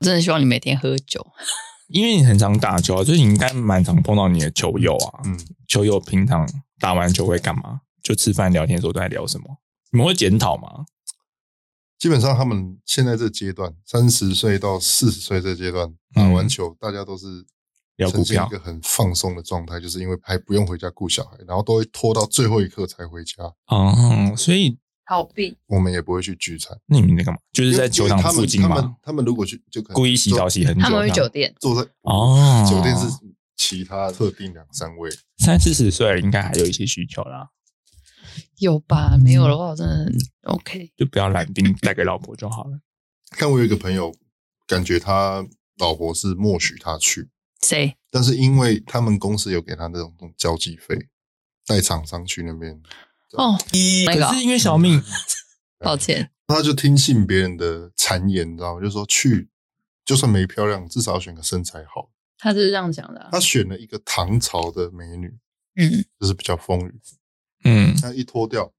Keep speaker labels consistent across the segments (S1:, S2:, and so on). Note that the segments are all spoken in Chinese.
S1: 真的希望你每天喝酒。
S2: 因为你很常打球啊，所以你应该蛮常碰到你的球友啊。
S3: 嗯，
S2: 球友平常打完球会干嘛？就吃饭聊天的时候都在聊什么？你们会检讨吗？
S3: 基本上他们现在这阶段，三十岁到四十岁这阶段打完球，大家都是
S2: 聊嗯股
S3: 呈现
S2: 票
S3: 一个很放松的状态，就是因为还不用回家顾小孩，然后都会拖到最后一刻才回家。
S2: 哦，所以
S4: 逃避，
S3: 我们也不会去聚餐，
S2: 那你们在干嘛？就是
S3: 因为
S2: 在球场附近
S3: 因为他们他
S2: 吗
S3: 们？他们如果去就可能
S2: 故意洗澡
S3: 坐
S2: 洗很久？
S1: 他们去酒店，
S3: 坐在
S2: 哦，
S3: 酒店是其他特定两三位，
S2: 三四十岁，应该还有一些需求啦，
S1: 有吧？没有的话，我真的很 OK。
S2: 就不要懒定带给老婆就好了。
S3: 但我有一个朋友，感觉他老婆是默许他去，
S1: 谁？
S3: 但是因为他们公司有给他那种交际费，带厂商去那边，
S1: 哦， 那个
S2: 可是因为小敏，
S1: 抱歉，
S3: 他就听信别人的谗言，你知道吗？就说去，就算没漂亮，至少要选个身材好。
S1: 他是这样讲的啊、
S3: 他选了一个唐朝的美女，
S1: 嗯，
S3: 就是比较风雨。
S2: 嗯，
S3: 他一脱掉，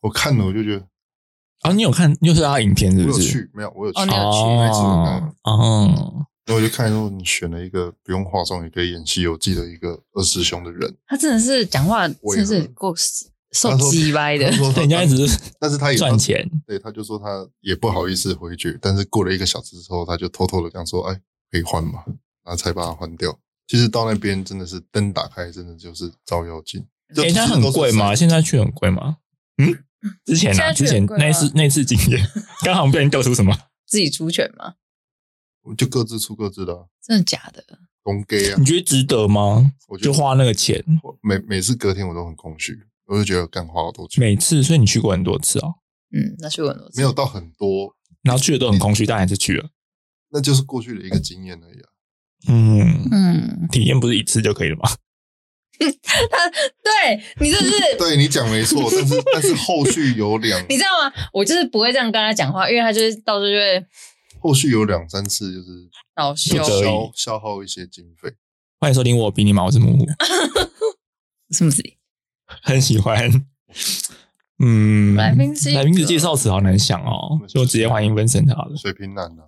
S3: 我看了我就觉得
S2: 啊，你有看又是他的影片是
S3: 我
S2: 不
S3: 有
S2: 是？
S3: 去，没有我有去，
S1: 哦你有去
S3: 那一次我看了
S2: 哦哦，
S3: 然后我就看说你选了一个不用化妆也可以演戏有技的一个二师兄的人，
S1: 他真的是讲话真的是够受
S3: 他说
S1: 鸡歪的
S3: 他。说他
S2: 人家只是
S3: 但是他也
S2: 赚钱，
S3: 对，他就说他也不好意思回绝，但是过了一个小时之后，他就偷偷的这样说：“哎，可以换吗？”然后才把它换掉。其实到那边真的是灯打开，真的就是照妖镜。就
S2: 人家很贵吗？？现在去很贵吗？嗯，之前
S4: 现
S2: 啊，
S4: 在去
S2: 之前
S4: 很贵吗
S2: 那一次那一次经验，刚好不小心掉出什么，
S1: 自己出拳吗？
S3: 就各自出各自的、啊，
S1: 真的假的？
S3: 公 gay 啊
S2: 你！觉得值得吗？
S3: 我觉
S2: 就
S3: 得
S2: 花那个钱，
S3: 每每次隔天我都很空虚，我就觉得干花好多钱，
S2: 每次，所以你去过很多次哦，
S1: 嗯，那去过很多次。
S3: 没有到很多，
S2: 然后去的都很空虚，但还是去了。
S3: 那就是过去的一个经验而已啊。
S2: 嗯，
S1: 嗯，
S2: 体验不是一次就可以了吗？
S1: 对你这是
S3: 对你讲没错，但是但是后续有两
S1: 你知道吗？我就是不会这样跟他讲话，因为他就是到时候就会
S3: 后续有两三次就是
S1: 恼羞
S2: 不。得已
S3: 消消耗一些经费。
S2: 欢迎收听我比你毛，我是木木，
S1: 什么事？
S2: 很喜欢。嗯，
S1: 来宾是一个
S2: 来宾的介绍词好难想哦，所以我直接欢迎 Vincent 好了。
S3: 水平男啊，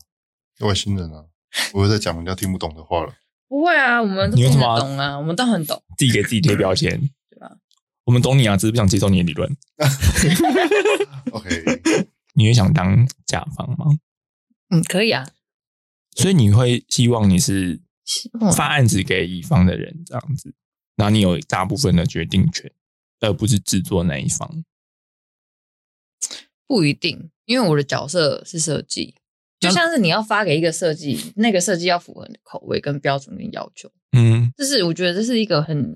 S3: 外星人啊，我又在讲人家听不懂的话了。
S1: 不会啊，我们都
S2: 你为
S1: 听
S2: 什
S1: 得
S2: 么要
S1: 懂啊，我们都很懂。
S2: 自己给自己贴标签，
S1: 对吧？
S2: 我们懂你啊，只是不想接受你的理论。
S3: OK，
S2: 你会想当甲方吗？
S1: 嗯，可以啊。
S2: 所以你会希望你是
S1: 望
S2: 发案子给乙方的人这样子，然后你有大部分的决定权，而不是制作那一方。
S1: 不一定，因为我的角色是设计，
S2: 嗯
S1: 就像是你要发给一个设计，那个设计要符合你的口味跟标准跟要求，
S2: 嗯，
S1: 这是我觉得这是一个很，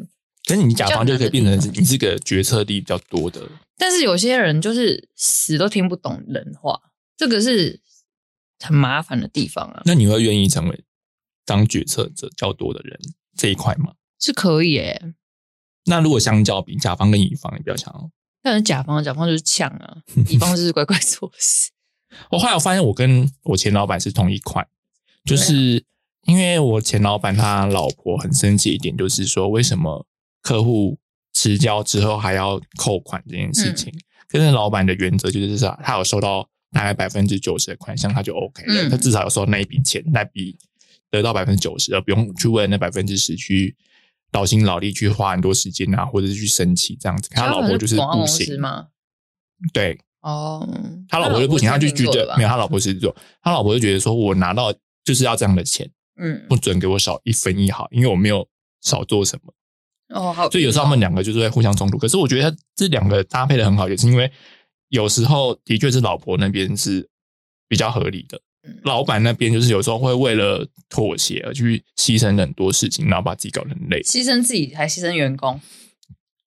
S2: 可是你甲方就可以变成
S1: 比较
S2: 是
S1: 难的地
S2: 你是个决策力比较多的，
S1: 但是有些人就是死都听不懂人话，这个是很麻烦的地方啊，
S2: 那你会愿意成为当决策者较多的人这一块吗？
S1: 是可以诶、
S2: 那如果相较比甲方跟乙方，你比较强哦。
S1: 但是甲方甲方就是呛 啊，乙方就是乖乖做事，
S2: 我后来我发现我跟我前老板是同一块，
S1: 啊
S2: 就是因为我前老板他老婆很生气一点，就是说为什么客户迟交之后还要扣款这件
S1: 嗯
S2: 事情。可是老板的原则就是说，他有收到大概百分之九十的款项，他就 OK 了，
S1: 嗯
S2: 他至少有收到那一笔钱，那笔得到百分之九十，而不用去为了那百分之十去劳心劳力去花很多时间啊，或者是去生气这样子。 他老婆就是
S1: 广告
S2: 不
S1: 公司
S2: 行，
S1: 吗？
S2: 对，
S1: 哦，
S2: 他老婆就不行，他就觉得没
S1: 有，
S2: 有，他老婆是做，他老婆就觉得说我拿到就是要这样的钱，
S1: 嗯，
S2: 不准给我少一分一毫，因为我没有少做什么。
S1: 哦，好，
S2: 所以有时候他们两个就是会互相冲突。可是我觉得这两个搭配的很好，也是因为有时候的确是老婆那边是比较合理的
S1: 嗯，
S2: 老板那边就是有时候会为了妥协而去牺牲很多事情，然后把自己搞得很累。
S1: 牺牲自己还牺牲员工，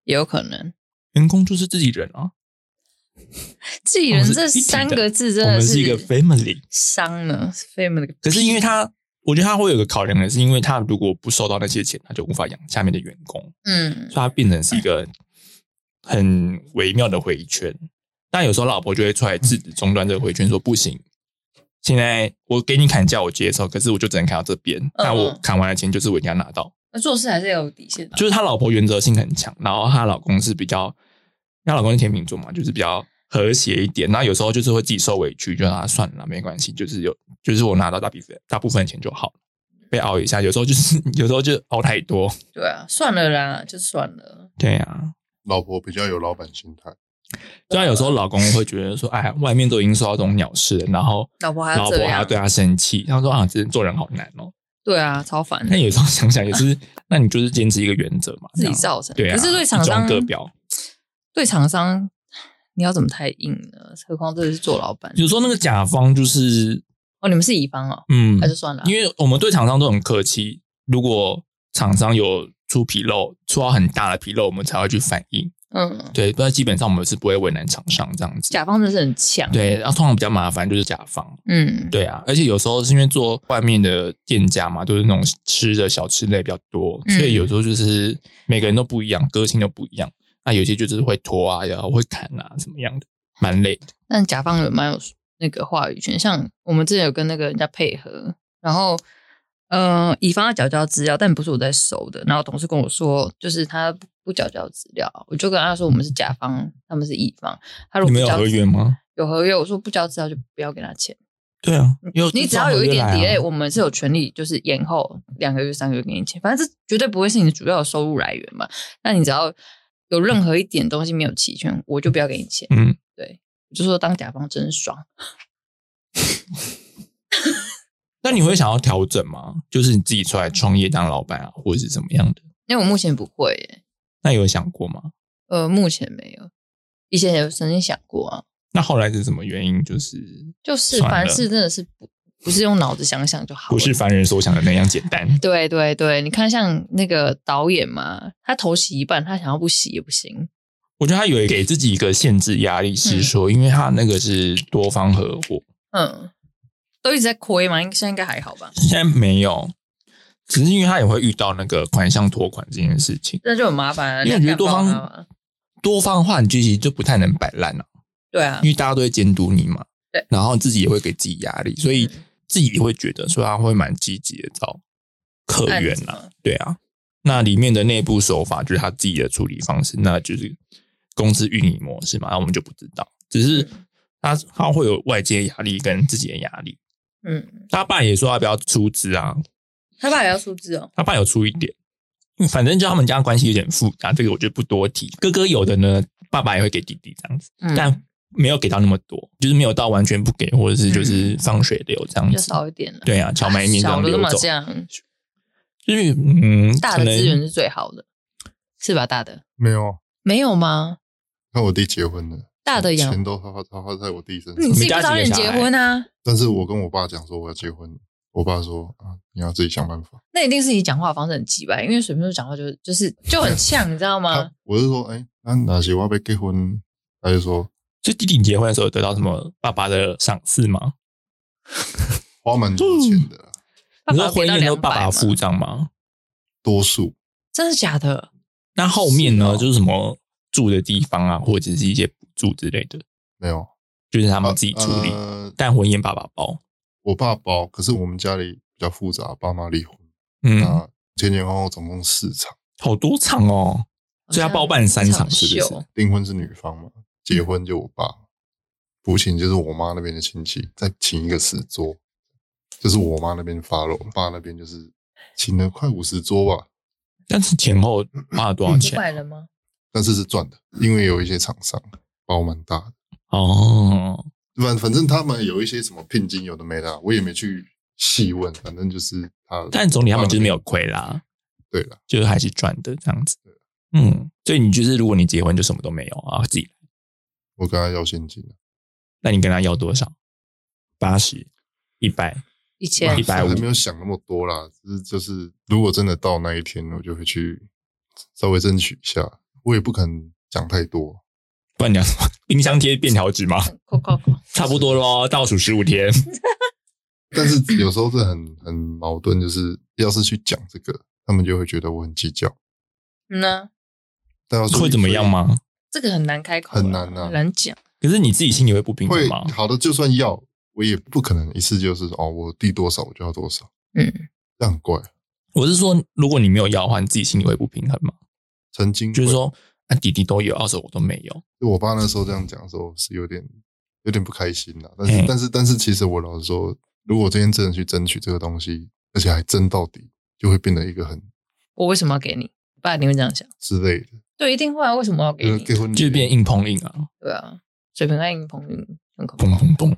S1: 也有可能。
S2: 员工就是自己人啊，
S1: 自己人这三个字真
S2: 我
S1: 的
S2: 们是一个 family。
S1: 伤了 family。
S2: 可是因为他，我觉得他会有个考量的是，因为他如果不收到那些钱，他就无法养下面的员工，
S1: 嗯
S2: 所以他变成是一个很微妙的回圈。但有时候老婆就会出来制止中断这个回圈，说不行，现在我给你砍价，我接受，可是我就只能砍到这边。那我砍完的钱就是我一定要拿到。
S1: 那做事还是要有底线的、
S2: 就是她老婆原则性很强，然后她老公是比较，她老公是天秤座嘛，就是比较和谐一点。那有时候就是会自己受委屈，就让他算了，没关系，就是有，就是我拿到大部分大部分钱就好，被熬一下。有时候就是有时候就熬太多，
S1: 对啊，算了啦，就算了。
S2: 对啊。
S3: 老婆比较有老板心态，
S2: 虽然有时候老公会觉得说，哎，外面都已经受到这种鸟事了，然后
S1: 老婆还要
S2: 老
S1: 这
S2: 婆还要
S1: 样，
S2: 对他生气，他说啊，真的做人好难哦。
S1: 对啊，超烦的
S2: 那，有时候想想也是，那你就是坚持一个原则嘛，
S1: 自
S2: 这
S1: 己
S2: 样
S1: 造成。
S2: 对啊，
S1: 可是对厂
S2: 一
S1: 商
S2: 中各表。
S1: 对厂商，你要怎么太硬呢？何况这是做老板
S2: 有时候那个甲方就是，
S1: 哦，你们是乙方哦，
S2: 嗯
S1: 那，就算了啊。
S2: 因为我们对厂商都很客气，如果厂商有出纰漏，出到很大的纰漏，我们才会去反应。
S1: 嗯，
S2: 对，但基本上我们是不会为难厂商这样子。
S1: 甲方真的是很强。
S2: 对，然后通常比较麻烦就是甲方，
S1: 嗯，
S2: 对啊，而且有时候是因为做外面的店家嘛，都、是那种吃的小吃类比较多，
S1: 嗯
S2: 所以有时候就是每个人都不一样，个性都不一样。那有些就是会拖啊，然后会砍啊，怎么样的，蛮累的。
S1: 但甲方有蛮有那个话语权，像我们之前有跟那个人家配合，然后呃，乙方要缴交资料，但不是我在收的，然后同事跟我说，就是他不缴交资料，我就跟他说我们是甲方，他们是乙方，他如
S2: 你
S1: 果不
S2: 们有
S1: 交
S2: 合约吗？
S1: 有合约，我说不交资料就不要给他钱，
S2: 对啊，有
S1: 你只要有一点
S2: 啊
S1: delay，、我们是有权利就是延后两个月、三个月给你钱，反正这绝对不会是你主要的收入来源嘛。那你只要有任何一点东西没有齐全，我就不要给你钱。
S2: 嗯，
S1: 我就说当甲方真爽。
S2: 那你会想要调整吗？就是你自己出来创业当老板啊，或者是怎么样的？
S1: 因为我目前不会、耶，
S2: 那有想过吗？
S1: 呃，目前没有，以前有曾经想过啊，
S2: 那后来是什么原因？就是
S1: 就是
S2: 算了
S1: 凡事真的是不不是用脑子想想就好了，
S2: 不是凡人所想的那样简单。
S1: 对对对，你看像那个导演嘛，他头洗一半，他想要不洗也不行，
S2: 我觉得他有给自己一个限制压力，是说，因为他那个是多方合伙，
S1: 嗯，都一直在亏嘛，应现在应该还好吧？
S2: 现在没有，只是因为他也会遇到那个款项拖款这件事情。
S1: 那就很麻烦啊，
S2: 因为我觉得多
S1: 两两包啊
S2: 方多方的话，你就其实就不太能摆烂了、
S1: 对啊
S2: 因，为大家都会监督你嘛。
S1: 对，
S2: 然后自己也会给自己压力，所以
S1: 嗯
S2: 自己也会觉得说他会蛮积极的找客
S1: 案
S2: 源
S1: 子
S2: 啊，
S1: 嘛
S2: 对啊。那里面的内部手法就是他自己的处理方式，那就是公司运营模式嘛，那我们就不知道。只是他他会有外界压力跟自己的压力。
S1: 嗯，
S2: 他爸也说要不要出资啊，
S1: 他爸也要出资哦，
S2: 他爸有出一点，反正就他们家关系有点复杂，这个我就不多提。哥哥有的呢，爸爸也会给弟弟这样子，
S1: 嗯
S2: 但没有给到那么多，就是没有到完全不给，或者是就是放水流这样
S1: 就
S2: 子。
S1: 嗯少一点了，
S2: 对啊，荞麦面这
S1: 小
S2: 样
S1: 的
S2: 流
S1: 这么
S2: 走，
S1: 这样，
S2: 就是嗯，
S1: 大
S2: 可
S1: 的
S2: 能
S1: 资源是最好的，是吧？大的
S3: 没有啊。
S1: 没有吗？
S3: 看我弟结婚了，
S1: 大的养
S3: 钱都花花花在我弟身
S1: 你
S2: 嗯
S3: 上。
S1: 嗯自己不早点结婚啊？
S3: 但是我跟我爸讲说我要结婚，我爸说啊，你要自己想办法。
S1: 那一定是你讲话的方式很奇怪，因为水瓶座讲话就是就是就很呛，你知道吗
S2: 啊
S3: 他？我是说，哎、那哪些我要被结婚？他就说
S2: 就弟弟结婚的时候有得到什么爸爸的赏赐吗？
S3: 花蛮多钱的啦，
S1: 爸
S2: 你
S1: 爸
S2: 说婚
S1: 给到
S2: 宴都
S1: 两
S2: 爸
S1: 百
S2: 爸
S1: 嘛
S2: 付账吗？
S3: 多数
S1: 真的假的？
S2: 那后面呢，
S1: 是哦
S2: 就是什么住的地方啊，或者是一些补助之类的，
S3: 没有
S2: 就是他
S3: 他
S2: 们自己处理。
S3: 呃，
S2: 但婚宴爸爸包，
S3: 我爸包，可是我们家里比较复杂，爸妈离婚，
S2: 嗯，
S3: 那前前后后总共四场，
S2: 好多场哦，所以他包办三场是不
S1: 好像很
S2: 是
S1: 秀？
S3: 订婚是女方嘛，结婚就我爸，服请就是我妈那边的亲戚，再请一个十桌，就是我妈那边发了，我爸那边就是请了快五十桌吧，
S2: 但是前后花了多少
S1: 五
S2: 钱？
S1: 百了吗？
S3: 但是是赚的，因为有一些厂商包蛮大的。
S2: 哦，
S3: 反反正他们有一些什么聘金，有的没的啊，我也没去细问。反正就是他，
S2: 但总体他们就是没有亏啦，
S3: 对了，
S2: 就是还是赚的这样子。嗯，所以你就是如果你结婚就什么都没有啊，自己来。
S3: 我跟他要现金啊了，
S2: 那你跟他要多少？八十、一百，
S1: 一千
S2: 一，150
S3: 我还没有想那么多啦，只是就是如果真的到那一天，我就会去稍微争取一下。我也不肯讲太多，
S2: 不然你要什么？冰箱贴便条 纸吗？
S1: 嗯扣扣扣，
S2: 差不多咯，倒数十五天。
S3: 但是有时候是很很矛盾，就是要是去讲这个，他们就会觉得我很计较。
S1: 嗯呢，
S3: 但要是
S2: 会怎么样？吗？
S1: 这个很难开口啊，
S3: 很难啊
S1: 很难讲。
S2: 可是你自己心里会不平衡
S3: 会
S2: 吗？
S3: 好的，就算要，我也不可能一次就是哦，我递多少我就要多少，
S1: 嗯，
S3: 这样很怪。
S2: 我是说，如果你没有要的话，你自己心里会不平衡吗？
S3: 曾经
S2: 就是
S3: 会
S2: 说，那弟弟都有，二手我都没有。
S3: 就我爸那时候这样讲的时候是有点有点不开心啦，但是、
S2: 嗯
S3: 但是但是其实我老实说，如果我今天真的去争取这个东西，而且还争到底，就会变得一个很
S1: 我为什么要给你？爸一定会这样想，
S3: 之类的，
S1: 对，一定会啊，为什么要给
S3: 就是
S1: 你？
S3: 结婚
S2: 就是变
S3: 硬。
S2: 硬碰硬啊，
S1: 对啊，水平爱硬碰硬很可怕
S2: 砰。砰砰。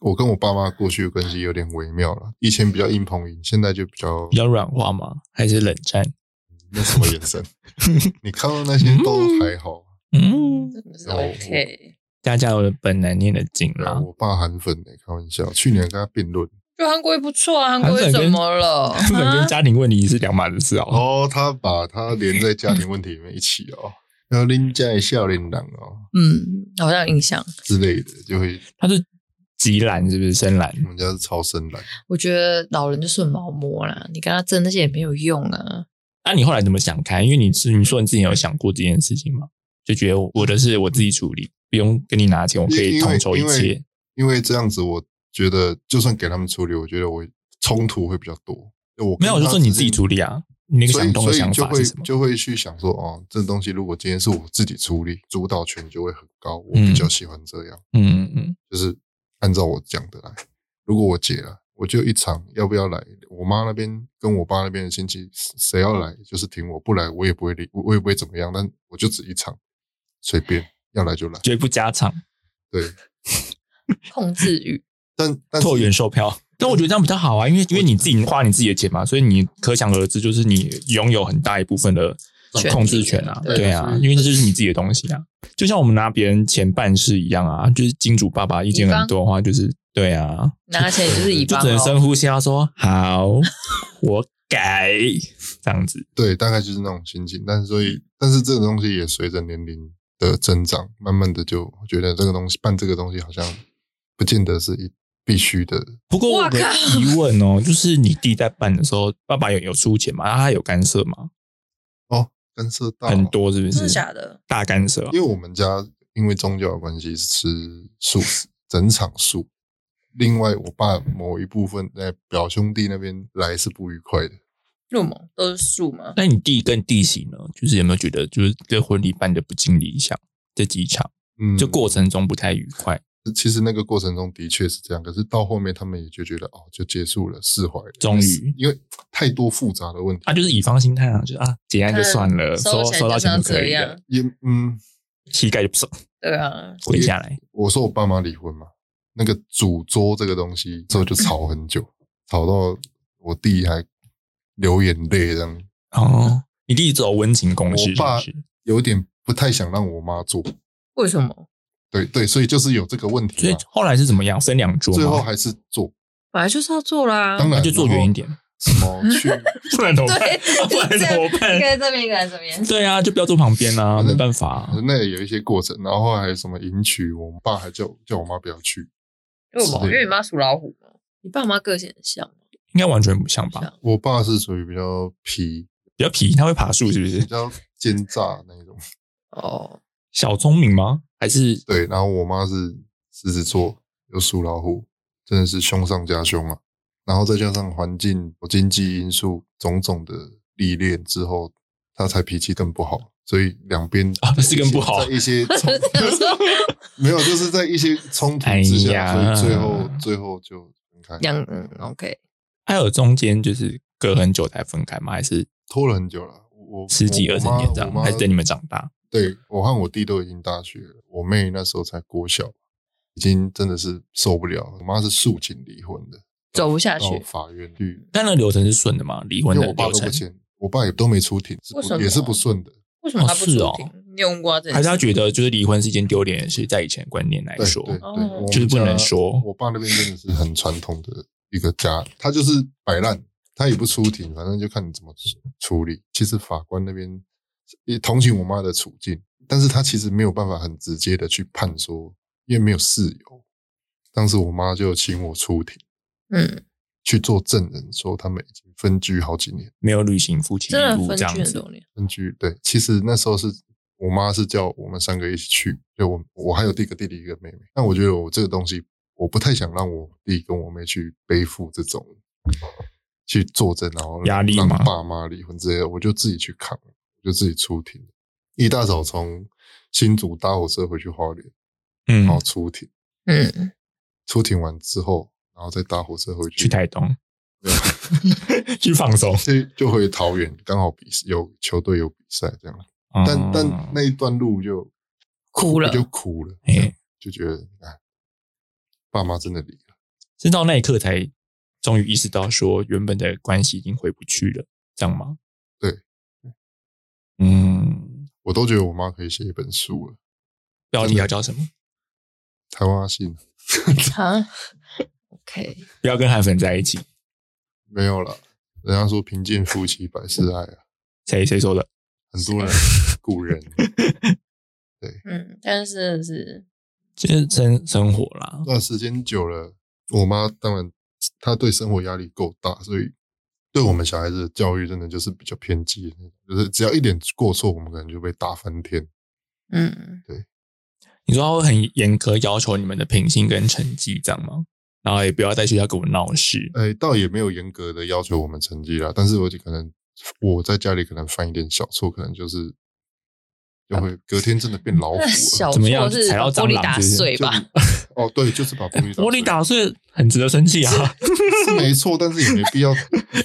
S3: 我跟我爸妈过去的关系有点微妙了，以前比较硬碰硬，现在就比较
S2: 比较软化吗？还是冷战？
S3: 那什么眼神。你看到那些都还好，
S2: 嗯，
S1: 真的是
S3: 然后我
S1: OK，
S2: 家家有本难念的经
S3: 对啊
S2: 啦。
S3: 我爸韩粉呢、开玩笑，去年跟他辩论，
S1: 就韩国也不错啊，韩国
S2: 韩
S1: 也
S2: 粉
S1: 怎
S2: 跟
S1: 么了？
S2: 根本跟
S1: 啊
S2: 家庭问题是两码子事哦。
S3: 哦，他把他连在家庭问题里面一起哦，然后拎家里笑脸郎哦
S1: 嗯，好像有印象。
S3: 之类的，就会
S2: 他是极蓝是不是？深蓝
S3: 我们家是超深蓝，
S1: 我觉得老人就顺毛摸啦，你跟他争那些也没有用啊。
S2: 那、你后来怎么想开？因为你是你说你之前有想过这件事情吗？就觉得我我的事我自己处理，不用跟你拿钱，我可以
S3: 因
S2: 统筹一
S3: 因
S2: 切
S3: 为。因为这样子，我觉得就算给他们处理，我觉得我冲突会比较多。就我跟
S2: 没有，我就
S3: 他
S2: 说
S3: 之
S2: 你
S3: 间
S2: 自己处理啊。你那个
S3: 所以
S2: 想通
S3: 所
S2: 的
S3: 以
S2: 想
S3: 就
S2: 法
S3: 会
S2: 是什么？
S3: 就会去想说，哦，这东西如果今天是我自己处理，主导权就会很高，我比较喜欢这样，
S2: 嗯嗯嗯，
S3: 就是按照我讲的来。如果我结了，我就一场要不要来？我妈那边跟我爸那边的亲戚，谁要来就是挺我，不来我也不会理，我也不会怎么样，但我就只一场，随便要来就来。
S2: 绝不加场，
S3: 对，
S1: 控制欲，
S3: 但但
S2: 拓
S3: 是
S2: 元售票。但我觉得这样比较好啊，因为因为你自己花你自己的钱嘛，所以你可想而知，就是你拥有很大一部分的
S1: 权利
S2: 控制权啊，
S1: 对
S2: 对啊
S3: 是，
S2: 因为这就是你自己的东西啊。就像我们拿别人钱办事一样啊，就是金主爸爸意见很多的话，就是对啊，
S1: 拿钱就是以
S2: 就
S1: 帮
S2: 只能深
S1: 咯。
S2: 呼吸啊，说 好，我改这样子。
S3: 对，大概就是那种心情。但是所以，但是这个东西也随着年龄的增长，慢慢的就觉得这个东西办这个东西好像不见得是一必须的。
S2: 不过我有个
S1: 哇靠
S2: 疑问哦，就是你弟在办的时候，爸爸有有出钱吗？啊他有干涉吗？
S3: 干涉到
S2: 很，多是不
S1: 真
S2: 是
S1: 的？假的？
S2: 大干涉啊
S3: 因为我们家因为宗教的关系是吃素食， 整场素。另外，我爸某一部分在表兄弟那边来是不愉快的，
S1: 入盟都是树吗？
S2: 那你弟跟弟媳呢？就是有没有觉得，就是这婚礼办的不尽理想？这几场
S3: 嗯，
S2: 就过程中不太愉快，
S3: 其实那个过程中的确是这样，可是到后面他们也就觉得哦，就结束了，释怀了，
S2: 终于
S3: 因为太多复杂的问题
S2: 啊，就是乙方心态啊，就是啊，结案就算了，
S1: 看
S2: 收
S1: 嗯钱
S2: 收到
S1: 就
S2: 钱
S1: 长
S2: 就可
S1: 这
S2: 以了
S1: 样，，
S3: 也嗯，
S2: 膝盖就不是
S1: 对啊，
S2: 滚下来。
S3: 我说我爸妈离婚嘛，那个主桌这个东西之后就吵很久，吵到我弟还流眼泪这样，
S2: 哦，你弟走温情攻势，
S3: 嗯我爸
S2: 是不是
S3: 有点不太想让我妈做。
S1: 为什么？
S3: 对对，所以就是有这个问
S2: 所
S3: 题
S2: 以
S3: 嘛，
S2: 后来是怎么样？分两桌吗，
S3: 最后还是做，
S1: 本来就是要做啦。
S3: 当
S2: 那
S3: 然
S2: 就坐远一，点，
S3: 然后什么去，
S2: 不然怎
S1: 对，
S2: 么办？ 不
S1: 就
S2: 然
S1: 是这
S2: 怎么
S1: 样，一
S2: 办
S1: 个？在这边，一个在这边。
S2: 对啊，就不要坐旁边啊，
S3: 反
S2: 没
S3: 正
S2: 办法啊、
S3: 那也有一些过程，然后还有什么迎娶，我爸还叫叫我妈不要去，
S1: 为什么？
S3: 是
S1: 因为你妈属老虎嘛。你爸妈个性很像，
S2: 应该完全不像吧？
S1: 像
S3: 我爸是属于比较皮、
S2: 比较皮，他会爬树是不
S3: 比
S2: 是？
S3: 较奸诈那种，
S1: 哦，
S2: 小聪明吗？还是
S3: 对，然后我妈是狮子座，有属老虎，真的是凶上加凶啊。然后再加上环境、经济因素种种的历练之后，她才脾气更不好。所以两边
S2: 啊是更不好
S3: 在一些 冲
S1: 想说
S3: 没有，就是在一些冲突之
S2: 哎
S3: 下，
S2: 呀
S3: 所以最后最后就分开，
S1: 两嗯
S3: 哦
S1: OK，
S2: 还有中间就是隔很久才分开吗？还是
S3: 拖了很久了。我我
S2: 十几
S3: 我
S2: 二十
S3: 妈
S2: 年这样？
S3: 我妈
S2: 还是等你们长大？
S3: 对我和我弟都已经大学了，我妹那时候才国小，已经真的是受不了。我妈是诉请离婚的，
S1: 走不下去
S2: 哦
S3: 到法院去
S2: 但那流程是顺的嘛？离婚
S3: 因
S2: 的
S3: 为我爸
S2: 流
S3: 都不
S2: 程，
S3: 签，我爸也都没出庭，是
S1: 为什
S3: 不
S1: 么
S3: 也是不顺的。
S1: 为什么
S2: 哦
S1: 他不出
S2: 是哦
S1: 庭？你有问过他这件
S2: 还是
S1: 事
S2: 他觉得就是离婚是一件丢脸的事，在以前观念来
S3: 对
S2: 说，
S3: 对
S1: 哦
S3: 对，我们
S2: 就是不
S3: 家
S2: 能说
S3: 我爸那边真的是很传统的一个家，他就是摆烂，他也不出庭，反正就看你怎么处理。其实法官那边也同情我妈的处境，但是他其实没有办法很直接的去判说，因为没有事由。当时我妈就请我出庭
S1: 嗯，
S3: 去做证人，说他们已经分居好几年。
S2: 没有履行夫妻义
S1: 真的
S2: 务
S1: 分
S2: 这
S1: 居
S2: 样
S1: 很
S2: 子
S1: 多。年，
S3: 分居对，其实那时候是我妈是叫我们三个一起去，就我我还有弟一个弟弟一个妹妹。但我觉得我这个东西，我不太想让我弟跟我妹去背负这种去作证，然后
S2: 压力
S3: 让
S2: 吗
S3: 爸妈离婚之类的，我就自己去扛，我就自己出庭。一大早从新竹搭火车回去花莲，
S2: 嗯
S3: 然，后出庭，
S1: 嗯，
S3: 出庭完之后，然后再搭火车回去，
S2: 去台东
S3: 没 有
S2: 去放松。
S3: 就就回桃园，刚好比有球队有比赛这样，但
S2: 哦嗯
S3: 但那一段路就
S1: 哭了
S3: 就哭了，
S2: 哎、
S3: 就觉得哎，爸妈真的离了，
S2: 是到那一刻才终于意识到，说原本的关系已经回不去了，这样吗？
S3: 对，
S2: 嗯，
S3: 我都觉得我妈可以写一本书了，
S2: 标题要叫什么？
S3: 台湾阿信
S1: 好，OK，
S2: 不要跟韩粉在一起。
S3: 没有了，人家说贫贱夫妻百事哀啊，
S2: 谁谁说的？
S3: 很多人古人
S1: 嗯，但是真的是
S2: 就是生生活啦。
S3: 那时间久了，我妈当然她对生活压力够大，所以对我们小孩子的教育真的就是比较偏激的那种，就是只要一点过错，我们可能就被打翻天。
S1: 嗯，
S2: 你说他会很严格要求你们的品性跟成绩，这样吗？然后也不要在学校跟我闹事。
S3: 哎，倒也没有严格的要求我们成绩啦，但是我就可能我在家里可能犯一点小错，可能就是就会隔天真的变老虎
S1: 啊那
S3: 了。
S1: 小
S2: 啊怎么样
S1: 错是
S2: 踩
S1: 把
S2: 到
S1: 玻
S2: 蟑
S1: 璃
S2: 螂
S1: 打
S2: 是不是
S1: 碎
S3: 就
S1: 吧？
S3: 哦，对，就是把玻璃打
S2: 玻璃打碎很值得生气啊！
S3: 是没错，但是也没必要，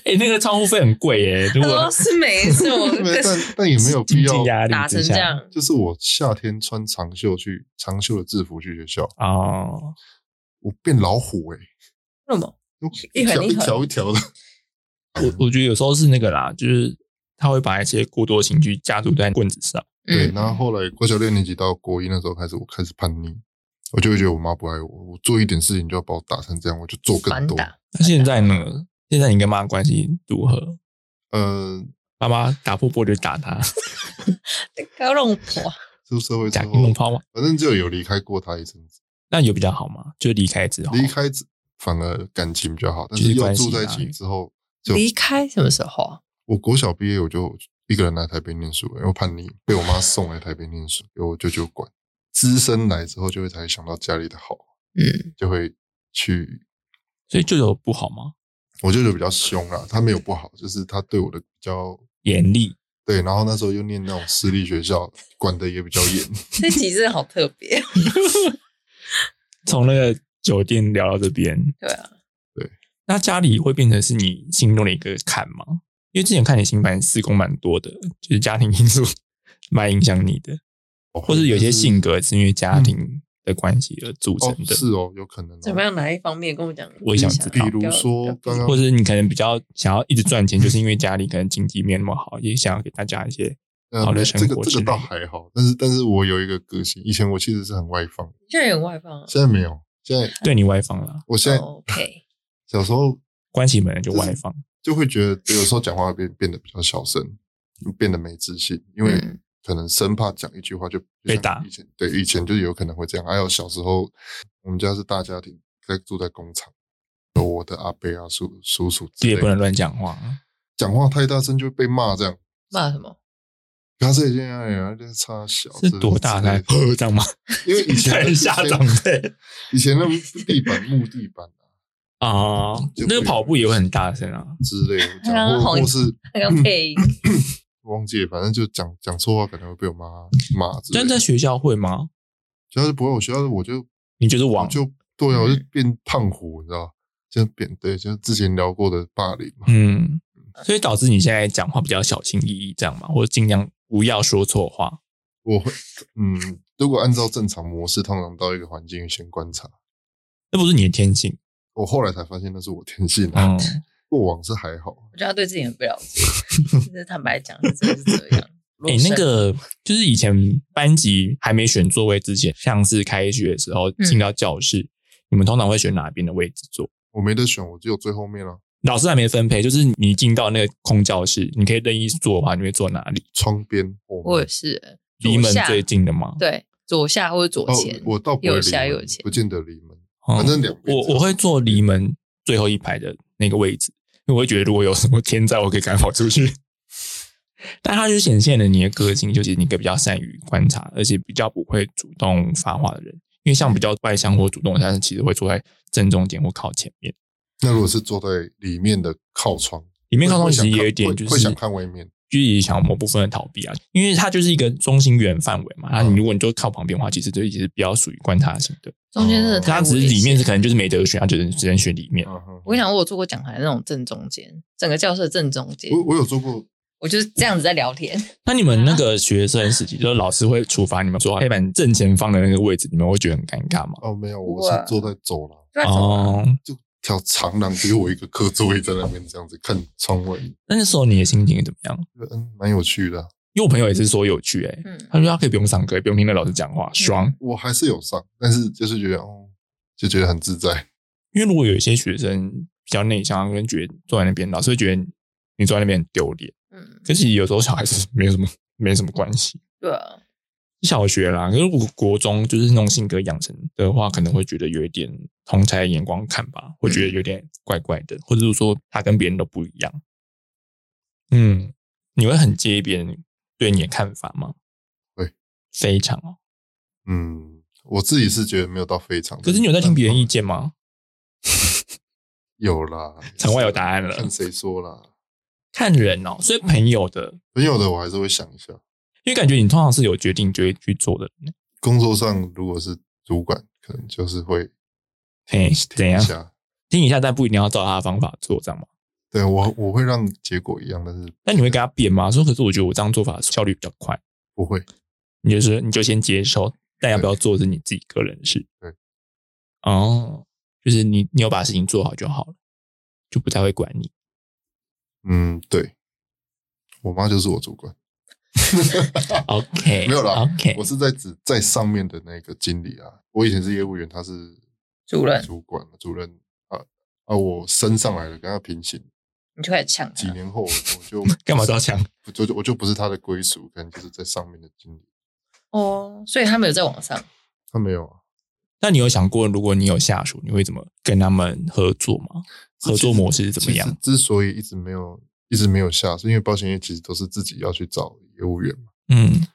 S2: 哎、那个窗户费很贵耶、如
S1: 他
S2: 果
S1: 说哦是每一次我
S3: 但但也没有必
S2: 经
S3: 要
S2: 济压力
S1: 打成
S2: 之
S1: 这
S2: 下
S1: 样，
S3: 就是我夏天穿长袖去长袖的制服去学校，
S2: 哦，
S3: 我变老虎哎、
S1: 为什么？一
S3: 条
S1: 横
S3: 一
S1: 一横
S3: 条一条的，
S2: 我我觉得有时候是那个啦，就是他会把一些过多情绪加注在棍子上。
S3: 对，
S1: 嗯
S3: 然后后来国小六年级到国一那时候开始，我开始叛逆，我就会觉得我妈不爱我，我做一点事情就要把我打成这样，我就做更
S1: 反
S3: 多。
S1: 打，
S2: 那现在
S3: 哎
S2: 呢？现在你跟妈妈关系如何？
S3: 呃，
S2: 妈妈打破玻璃打他，
S1: 要弄破，
S3: 出社会之
S2: 打
S3: 后，
S2: 弄抛吗？
S3: 反正就有离开过她一阵子，
S2: 那有比较好吗？就离开之后，
S3: 离开之反而感情比较好，但
S2: 哦就是是
S3: 又
S2: 关系
S3: 住在一
S2: 啊
S3: 起之后，就
S1: 离开什么时候啊？
S3: 我国小毕业我就一个人来台北念书，因为叛逆，被我妈送来台北念书，由我舅舅管。资深来之后，就会才想到家里的好，
S1: 嗯，
S3: 就会去
S2: 所以就有不好吗？
S3: 我舅舅比较凶啦，他没有不好，就是他对我的比较
S2: 严厉，
S3: 对，然后那时候又念那种私立学校，管的也比较严。
S1: 这集真的好特别，
S2: 从那个酒店聊到这边，
S1: 对啊，
S2: 那家里会变成是你心中的一个坎吗？因为之前看你新盘施工蛮多的，就是家庭因素 蛮影响你的，或是有些性格是因为家庭的关系而铸成
S3: 嗯哦，
S2: 的，
S3: 是哦，有可能、哦。
S1: 怎么？样？哪一方面跟我讲？
S2: 我也想知道
S3: 比如说
S1: 不要
S3: 刚刚
S2: 或者你可能比较想要一直赚钱，就是因为家里可能经济没那么好，也想要给大家一些
S3: 呃，
S2: 好的
S3: 没
S2: 生
S3: 这个
S2: 活
S3: 这
S2: 之
S3: 个
S2: 类
S3: 倒
S2: 的
S3: 还好，但是但是我有一个个性，以前我其实是很外放的，
S1: 现在也很外放啊。
S3: 现在没有。现在
S2: 对你外放啦，
S3: 我现在
S1: 哦 OK，
S3: 小时候
S2: 关起门来就外放。
S3: 就会觉得，有时候讲话变变得比较小声，变得没自信，因为
S1: 嗯
S3: 可能生怕讲一句话就就
S2: 被
S3: 像
S2: 打
S3: 以前对，以前就有可能会这样。还有小时候，我们家是大家庭，在住在工厂，有我的阿伯啊、叔叔叔之类
S2: 也
S3: 的
S2: 不能乱讲话，啊
S3: 讲话太大声就会被骂这样。
S1: 骂什么？
S3: 他这已经哎呀，这差小
S2: 是多大才
S3: 之类的
S2: 这样吗？
S3: 因为以前
S2: 很吓长辈
S3: 以前那种地板木地板 啊
S2: 啊
S3: 就！
S2: 那个
S3: 会
S2: 跑步也会很大声啊，
S3: 之类的，
S1: 刚刚
S3: 讲或
S1: 红
S3: 或是
S1: 那个配音，
S3: 忘记了，反正就讲讲错话可能会被我妈骂之类
S2: 但
S3: 的。
S2: 在学校会吗？
S3: 学校就不会，我学校我就
S2: 你就是
S3: 我
S2: 王，
S3: 就对啊，我就
S2: 嗯
S3: 变胖虎，你知道，就变对，就之前聊过的霸凌嘛。
S2: 嗯，所以导致你现在讲话比较小心翼翼，这样嘛，或者尽量不要说错话。
S3: 我会嗯，如果按照正常模式，通常到一个环境先观察。
S2: 那不是你的天性，
S3: 我后来才发现那是我天性啊，
S2: 嗯，
S3: 过往是还好，
S1: 我觉得他对自己很不了解。 其实坦白讲，真的是这样。
S2: 哎、那个就是以前班级还没选座位之前，像是开学的时候
S1: 嗯
S2: 进到教室，你们通常会选哪边的位置坐？
S3: 我没得选，我只有最后面了、啊
S2: 老师还没分配，就是你进到那个空教室，你可以任意坐的话，你会坐哪里？
S3: 窗边后面
S1: 我也是左
S2: 离门
S1: 下
S2: 最近的吗？
S1: 对左下或者左前
S3: 哦，，我倒不会
S1: 右
S3: 离
S1: 下
S3: 门
S1: 右前
S3: 不见得离门，
S2: 哦
S3: 反正两边
S2: 我我会坐离门最后一排的那个位置，因为我会觉得如果有什么天灾，我可以赶快跑出去。但它就显现了你的个性，就是你一个比较善于观察，而且比较不会主动发话的人。因为像比较外向或主动的，他是其实会坐在正中间或靠前面。
S3: 那如果是坐在里面的靠窗，
S2: 里面
S3: 会
S2: 靠窗
S3: 会
S2: 其
S3: 想
S2: 实也有
S3: 看
S2: 一点
S3: 会
S2: 就
S3: 会
S2: 是
S3: 想看外面，
S2: 就是也想某部分的逃避啊，因为它就是一个中心圆范围嘛。那、你如果你就靠旁边的话，其实就其实比较属于观察型的。
S1: 中间真的
S3: 哦
S1: 太
S2: 它
S1: 危
S2: 只
S1: 险
S2: 是里面是可能就是没得选，它只能只能选里面。
S3: 嗯哼
S1: 我跟你讲，我有做过讲台那种正中间，整个教室的正中间，
S3: 我我有做过，
S1: 我就是这样子在聊天。
S2: 那你们那个学生时期，就是老师会处罚你们坐黑板正前方的那个位置，你们会觉得很尴尬吗？
S3: 哦，没有，我
S1: 不会
S3: 是坐在走廊，
S1: 就在走廊
S2: 哦，
S3: 就条长廊只有我一个课座位在那边这样子看窗外，
S2: 那那时候你的心情怎么样？
S3: 嗯，蛮有趣的啊。
S2: 因为我朋友也是说有趣、欸，哎、
S1: 嗯，
S2: 他说他可以不用上课，也不用听那老师讲话，爽。
S3: 我还是有上，但是就是觉得哦，就觉得很自在。
S2: 因为如果有一些学生比较内向，跟觉得坐在那边，老师会觉得你坐在那边很丢脸。
S1: 嗯，
S2: 可是有时候小孩子没有什么没什么关系，
S1: 对啊，
S2: 小学啦，可是如果国中就是那种性格养成的话，可能会觉得有一点同才眼光看吧，会觉得有点怪怪的，或者是说他跟别人都不一样。嗯，你会很介意别人对你的看法吗？
S3: 会，
S2: 非常哦。
S3: 嗯，我自己是觉得没有到非常。
S2: 可是你有在听别人意？见吗？
S3: 有啦，
S2: 场外有答案了
S3: 看谁说啦。
S2: 看人哦，所以朋友的，
S3: 朋友的我还是会想一下。
S2: 因为感觉你通常是有决定就会去做的人。
S3: 工作上如果是主管，可能就是会
S2: 嘿，怎
S3: 一
S2: 样？
S3: 下。
S2: 听一下，但不一定要照他的方法做，这样吗？
S3: 对我我会让结果一样，但是
S2: 那你会跟他辩吗？说，可是我觉得我这样做法效率比较快。
S3: 不会。
S2: 你就是你就先接受，但要不要做是你自己个人的事。
S3: 对，
S2: 哦，就是你你有把事情做好就好了，就不太会管你。
S3: 嗯，对，我妈就是我主管，
S2: OK，
S3: 没有啦。
S2: OK，
S3: 我是在指在上面的那个经理啊。我以前是业务员，他是
S1: 主任
S3: 主管主任啊啊，我升上来了，跟他平行。
S1: 你就开始呛
S3: 几
S1: 他，
S3: 年后我我就
S2: 啊 干嘛都要抢？
S3: 我就我就不是他的归属，可能就是在上面的经理。
S1: 哦，所以他没有在网上，
S3: 他没有啊，
S2: 那你有想过，如果你有下属，你会怎么跟他们合作吗？合作模式是怎么样？
S3: 其实之所以一直没有一直没有下，是因为保险业其实都是自己要去找业务员嘛。
S2: 嗯，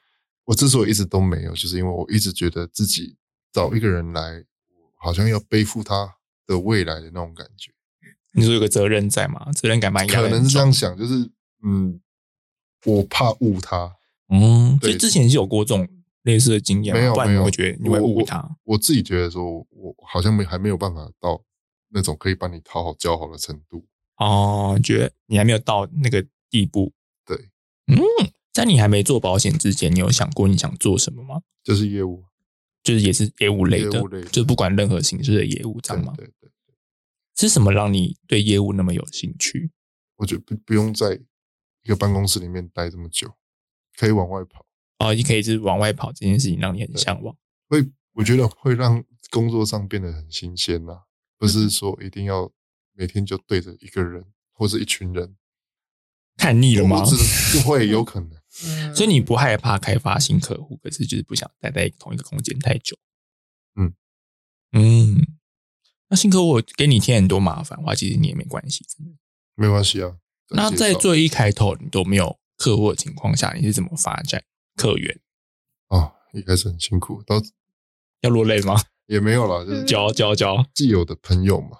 S3: 我之所以一直都没有，就是因为我一直觉得自己找一个人来，我好像要背负他的未来的那种感觉。
S2: 你说有个责任在吗？责任感蛮压
S3: 可
S2: 得
S3: 能
S2: 很
S3: 是这
S2: 重。啊
S3: 样想，就是嗯，我怕误他。
S2: 嗯，所以
S3: 对
S2: 之前是有过这种类似的经验吗，
S3: 没有
S2: 不然
S3: 没
S2: 你
S3: 有
S2: 会觉得你会误
S3: 我
S2: 他。
S3: 我自己觉得说，我我好像没还没有办法到那种可以把你讨好教好的程度。
S2: 哦，觉得你还没有到那个地步。
S3: 对，
S2: 嗯，在你还没做保险之前，你有想过你想做什么吗？
S3: 就是业务，
S2: 就是也是业务类的，
S3: 业务类的
S2: 就不管任何形式的业务，这
S3: 对
S2: 样吗？
S3: 对对。
S2: 是什么让你对业务那么有兴趣？
S3: 我觉得不不用在一个办公室里面待这么久，可以往外跑，
S2: 哦，你可以是往外跑这件事情让你很向往。
S3: 会我觉得会让工作上变得很新鲜呐、不
S2: 嗯
S3: 是说一定要每天就对着一个人或是一群人，
S2: 看腻了吗
S3: 我？只是 会有可能，
S1: 嗯，
S2: 所以你不害怕开发新客户，可是就是不想待在同一个空间太久。
S3: 嗯
S2: 嗯，那新客户给你添很多麻烦的话，其实你也没关系。真的
S3: 没关系啊。
S2: 那在
S3: 再介绍
S2: 最一开头你都没有客户的情况下，你是怎么发展客源？
S3: 哦，一开始很辛苦，到
S2: 要落泪吗？
S3: 也没有啦，就是
S2: 教教教，
S3: 既有的朋友嘛，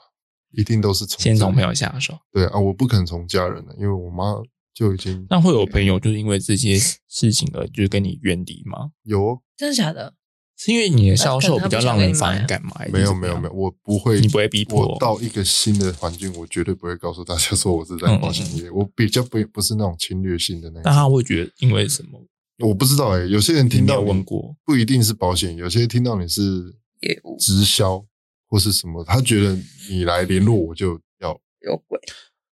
S3: 一定都是从
S2: 先从
S3: 这
S2: 朋友下手。
S3: 对啊，我不可能从家人的，因为我妈就已经
S2: 那会有朋友就是因为这些事情而就是跟你远离吗？
S3: 有哦
S1: 真的假的？
S2: 是因为你的销售比较让人反感吗？
S3: 没有没有没
S2: 有，
S3: 有，我不会，
S2: 你不会逼迫
S3: 我到一个新的环境，我绝对不会告诉大家说我是在
S2: 嗯
S3: 保险业，我比较不不是那种侵略性的那
S2: 但
S3: 种。
S2: 他会觉得因为什么？
S3: 我不知道哎、有些人
S2: 你
S3: 听
S2: 没
S3: 到
S2: 有
S3: 你
S2: 问过，
S3: 不一定是保险，有些听到你是
S1: 业务
S3: 直销或是什么，他觉得你来联络我就要
S1: 有鬼，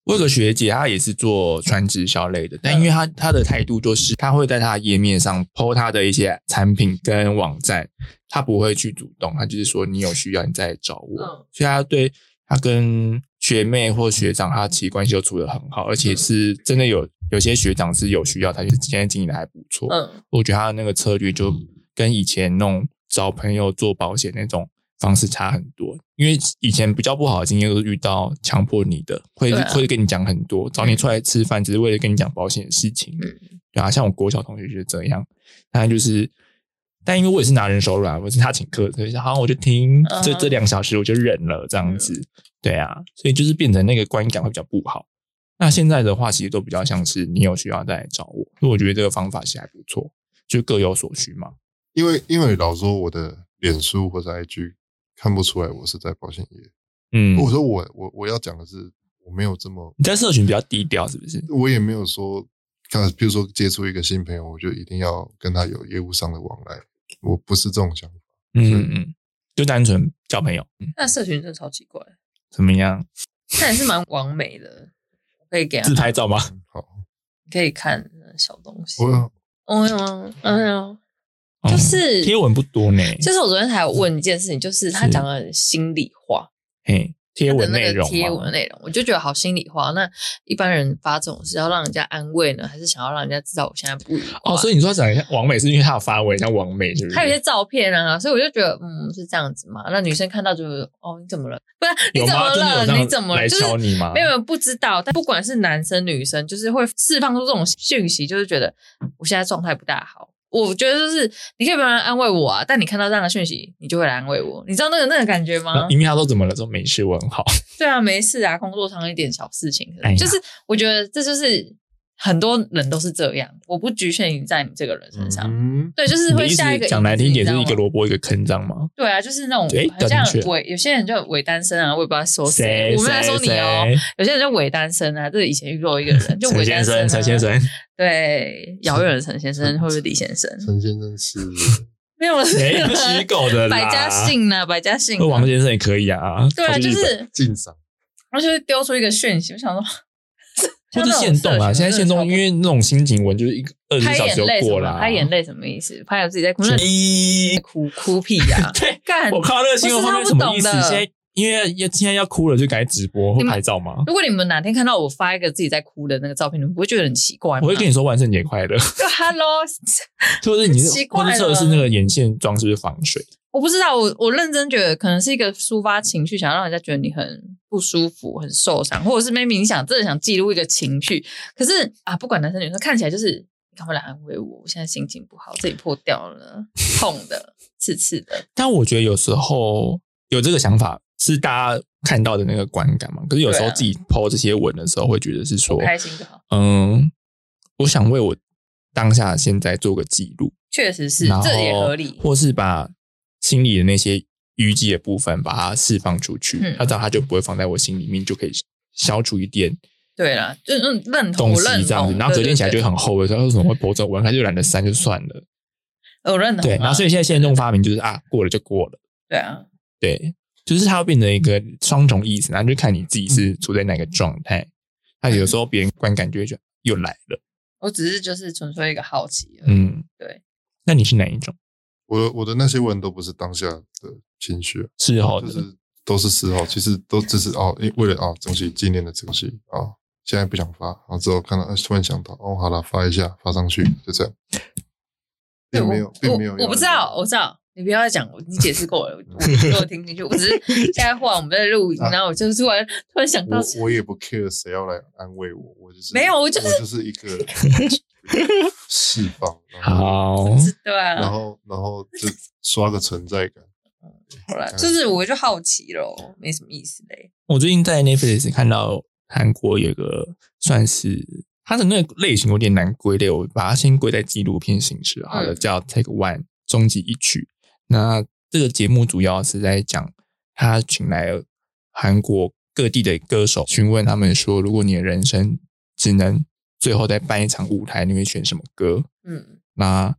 S2: 我有个学姐，她也是做传直销类的，但因为她她的态度就是，她会在她的页面上 PO 她的一些产品跟网站，她不会去主动，她就是说你有需要你再来找我。
S1: 嗯
S2: 所以她对她跟学妹或学长，她其实关系都处得很好，而且是真的有有些学长是有需要，她就现在经营的还不错。
S1: 嗯，
S2: 我觉得他的那个策略就跟以前那种找朋友做保险那种方式差很多，因为以前比较不好的经验都是遇到强迫你的，会、
S1: 对啊
S2: 会跟你讲很多，找你出来吃饭只是为了跟你讲保险的事情，
S1: 嗯
S2: 对啊，像我国小同学就是这样，他就是。但因为我也是拿人手软，我是他请客，所以好，我就听
S1: 嗯
S2: 这这两小时我就忍了这样子，对啊，所以就是变成那个观感会比较不好。那现在的话，其实都比较像是你有需要再来找我，所以我觉得这个方法其实还不错，就各有所需嘛。
S3: 因为因为老说我的脸书或者 IG 看不出来我是在保险业。
S2: 嗯，
S3: 我说我我我要讲的是，我没有这么，
S2: 你在社群比较低调，是不是？
S3: 我也没有说，看，比如说接触一个新朋友，我就一定要跟他有业务上的往来，我不是这种想法。
S2: 嗯嗯，就单纯交朋友，嗯
S1: 那社群真的超奇怪，
S2: 怎么样？
S1: 但也是蛮完美的，可以给他
S2: 自拍照吗？
S3: 嗯好，
S1: 可以看呃小东西。
S3: 我
S1: 哦哟，哎呦，
S2: 哦
S1: 就是
S2: 贴文不多呢，
S1: 就是我昨天还有问一件事情，就是他
S2: 是
S1: 讲的心里话，
S2: 嘿，贴
S1: 他的
S2: 文
S1: 那
S2: 内
S1: 个
S2: 容
S1: 贴
S2: 嘛
S1: 文的内容，我就觉得好心里话。那一般人发这种是要让人家安慰呢，还是想要让人家知道我现在不愉快？
S2: 哦，所以你说讲一下王美是因为她有发文，像王美是不是？
S1: 他有一些照片啊，所以我就觉得，嗯，是这样子嘛。那女生看到就是，哦，你怎么了？不是你
S2: 有
S1: 怎么
S2: 吗？真的有这
S1: 了？
S2: 样
S1: 你怎么了？
S2: 来
S1: 就是
S2: 敲你吗？
S1: 没有人不知道，但不管是男生女生，就是会释放出这种讯息，就是觉得我现在状态不大好。我觉得就是你可以不要来安慰我啊，但你看到这样的讯息，你就会来安慰我。你知道那个那个感觉吗
S2: 那因？为她说怎么了？说没事，我很好。
S1: 对啊，没事啊，工作上一点小事情，
S2: 哎呀
S1: 就是我觉得这就是很多人都是这样，我不局限于在你这个人身上。
S3: 嗯，
S1: 对，就是
S2: 你
S1: 会
S2: 的意
S1: 下一个
S2: 思讲难听一点，就是一
S1: 你知
S2: 个
S1: 道吗
S2: 萝卜一个坑，这样吗？
S1: 对啊，就是那种
S2: 哎
S1: 很像
S2: 正确
S1: 伪，有些人就伪单身啊，我也不知道说
S2: 谁？
S1: 我没有在说你哦，
S2: 谁
S1: 有些人就伪单身啊，这以前遇到一个人，就
S2: 陈
S1: 伪
S2: 先
S1: 单身、
S2: 生，
S1: 啊。
S2: 陈先， 生，
S1: 对，遥远的陈先生或者是李先 生，
S3: 陈先生是
S1: 没有了，
S2: 没有虚构的 啦。
S1: 百家姓呢、百家 姓、
S2: 那王先生也可以啊。
S1: 对啊，
S2: 跑去
S1: 就
S2: 日本
S1: 是，
S3: 进赏，
S1: 而且丢出一个讯息，我想说，
S2: 或者限动啊，现在限动因为那种心情文就是一个二十
S1: 拍
S2: 小
S1: 眼
S2: 时就
S1: 泪什
S2: 过
S1: 么
S2: 了，，啊
S1: 拍眼泪什么意思？拍我自己在哭，那你
S2: 泪。
S1: 哭哭屁呀、
S2: 对，
S1: 干！
S2: 我看到那个新闻，
S1: 不是
S2: 发
S1: 他
S2: 现
S1: 不
S2: 什么意思？
S1: 懂的
S2: 现在因为要现在要哭了，就改直播或
S1: 你们
S2: 拍照吗？
S1: 如果你们哪天看到我发一个自己在哭的那个照片，你们不会觉得很奇怪吗？
S2: 我会跟你说万圣节快乐，
S1: 就 Hello，
S2: 就是你是
S1: 奇怪
S2: 或
S1: 了
S2: 是测试那个眼线妆是不是防水？
S1: 我不知道，我我认真觉得可能是一个抒发情绪，想让人家觉得你很不舒服、很受伤，或者是 maybe 你想真的想记录一个情绪，可是啊，不管男生女生，看起来就是你干嘛来安慰我？我现在心情不好，这里破掉了，痛的、刺刺 的，
S2: 但我觉得有时候有这个想法是大家看到的那个观感嘛。可是有时候
S1: 对啊
S2: 自己 PO 这些文的时候，会觉得是说
S1: 我，开心就好。
S2: 嗯，我想为我当下现在做个记录，
S1: 确实是
S2: 然，后
S1: 这也合理。
S2: 或是把心里的那些淤积的部分把它释放出去，
S1: 嗯
S2: 那这样它就不会放在我心里面，就可以消除一点
S1: 对啦，就嗯认同，
S2: 东
S1: 我
S2: 西
S1: 认
S2: 这样子，
S1: 同，
S2: 然后隔天起来就
S1: 哦对嗯
S2: 会
S1: 对
S2: 很后悔，说为什么会播这种文，他就懒得删就算了。
S1: 对我认同啊。
S2: 对，然后所以现在现动发明就是啊，过了就过了，
S1: 对啊，
S2: 对，就是它会变成一个双重意思，然后就看你自己是处在哪个状态。那有时候别人观感就会觉得又来了，
S1: 我只是就是纯粹一个好奇而已。
S2: 嗯，
S1: 对。
S2: 那你是哪一种？
S3: 我的我的那些文都不是当下的情绪，啊
S2: 事后
S3: 就
S2: 的，
S3: 是都是事后，其实都只是哦，诶为了哦东西纪念的东西哦，现在不想发，然后之后看到、呃、突然想到，哦，好了，发一下，发上去，就这样，并没有，
S1: 对
S3: 并
S1: 哦我
S3: 没有
S1: 我，我不知道，我知道，你不要再讲，我你解释 过了，我我有听进去。我只是现在话我们在录，
S3: 啊
S1: 然后我就突然突然想到，
S3: 我我也不 care 谁要来安慰我，我就是
S1: 没有我就是
S3: 我就是一 个释放，然后
S2: 好，
S1: 是对
S3: 然
S1: 啊，
S3: 后然后就刷个存在感，
S1: 好
S3: 嗯
S1: 了，就是我就好奇咯，没什么意思嘞。
S2: 我最近在 Netflix 看到韩国有一个算是它的那个类型有点难归类，我把它先归在纪录片形式好了，
S1: 嗯
S2: 叫《Take One》终极一曲。那这个节目主要是在讲他请来韩国各地的歌手，询问他们说，如果你的人生只能最后再办一场舞台，你会选什么歌？
S1: 嗯，
S2: 那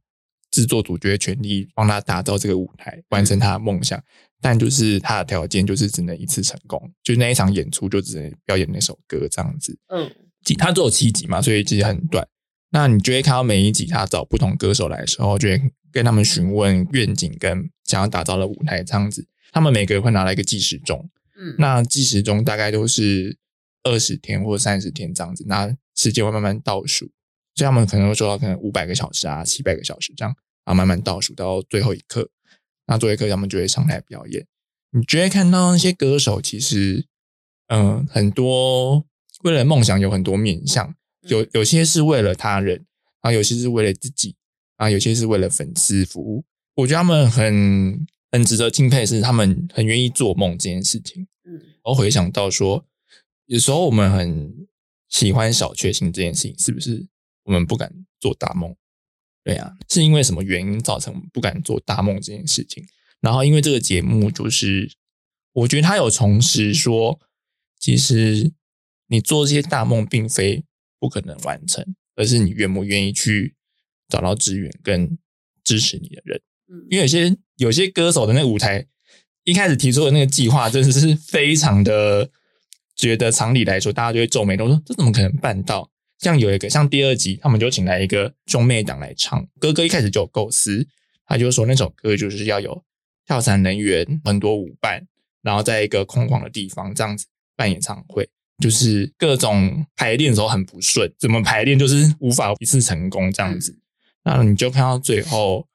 S2: 制作组就会全力帮他打造这个舞台，完成他的梦想。但就是他的条件就是只能一次成功，就那一场演出就只能表演那首歌这样子。
S1: 嗯，
S2: 几他只有七集嘛，所以其实很短。那你就会看到每一集他找不同歌手来的时候，就会跟他们询问愿景跟想要打造的舞台这样子。他们每个人会拿来一个计时钟，
S1: 嗯，
S2: 那计时钟大概都是二十天或三十天这样子，那时间会慢慢倒数，所以他们可能会做到可能五百个小时啊、七百个小时这样，然后慢慢倒数到最后一刻，那最后一刻他们就会上台表演。你就会看到那些歌手其实，嗯、很多为了梦想有很多面向，
S1: 嗯
S2: 有有些是为了他人，然后有些是为了自己，啊，有些是为了粉丝服务。我觉得他们很很值得敬佩，是他们很愿意做梦这件事情。
S1: 嗯
S2: 然后回想到说，有时候我们很喜欢小确幸这件事情，是不是我们不敢做大梦？对啊，是因为什么原因造成我们不敢做大梦这件事情？然后因为这个节目，就是我觉得他有重拾说，其实你做这些大梦并非不可能完成，而是你愿不愿意去找到资源跟支持你的人。
S1: 嗯
S2: 因为有些有些歌手的那个舞台，一开始提出的那个计划，真的是非常的觉得常理来说，大家就会皱眉头说：“这怎么可能办到？”像有一个像第二集，他们就请来一个兄妹档来唱。哥哥一开始就有构思，他就说那首歌就是要有跳伞人员、很多舞伴，然后在一个空旷的地方这样子办演唱会。就是各种排练的时候很不顺，怎么排练就是无法一次成功这样子。那你就看到最后，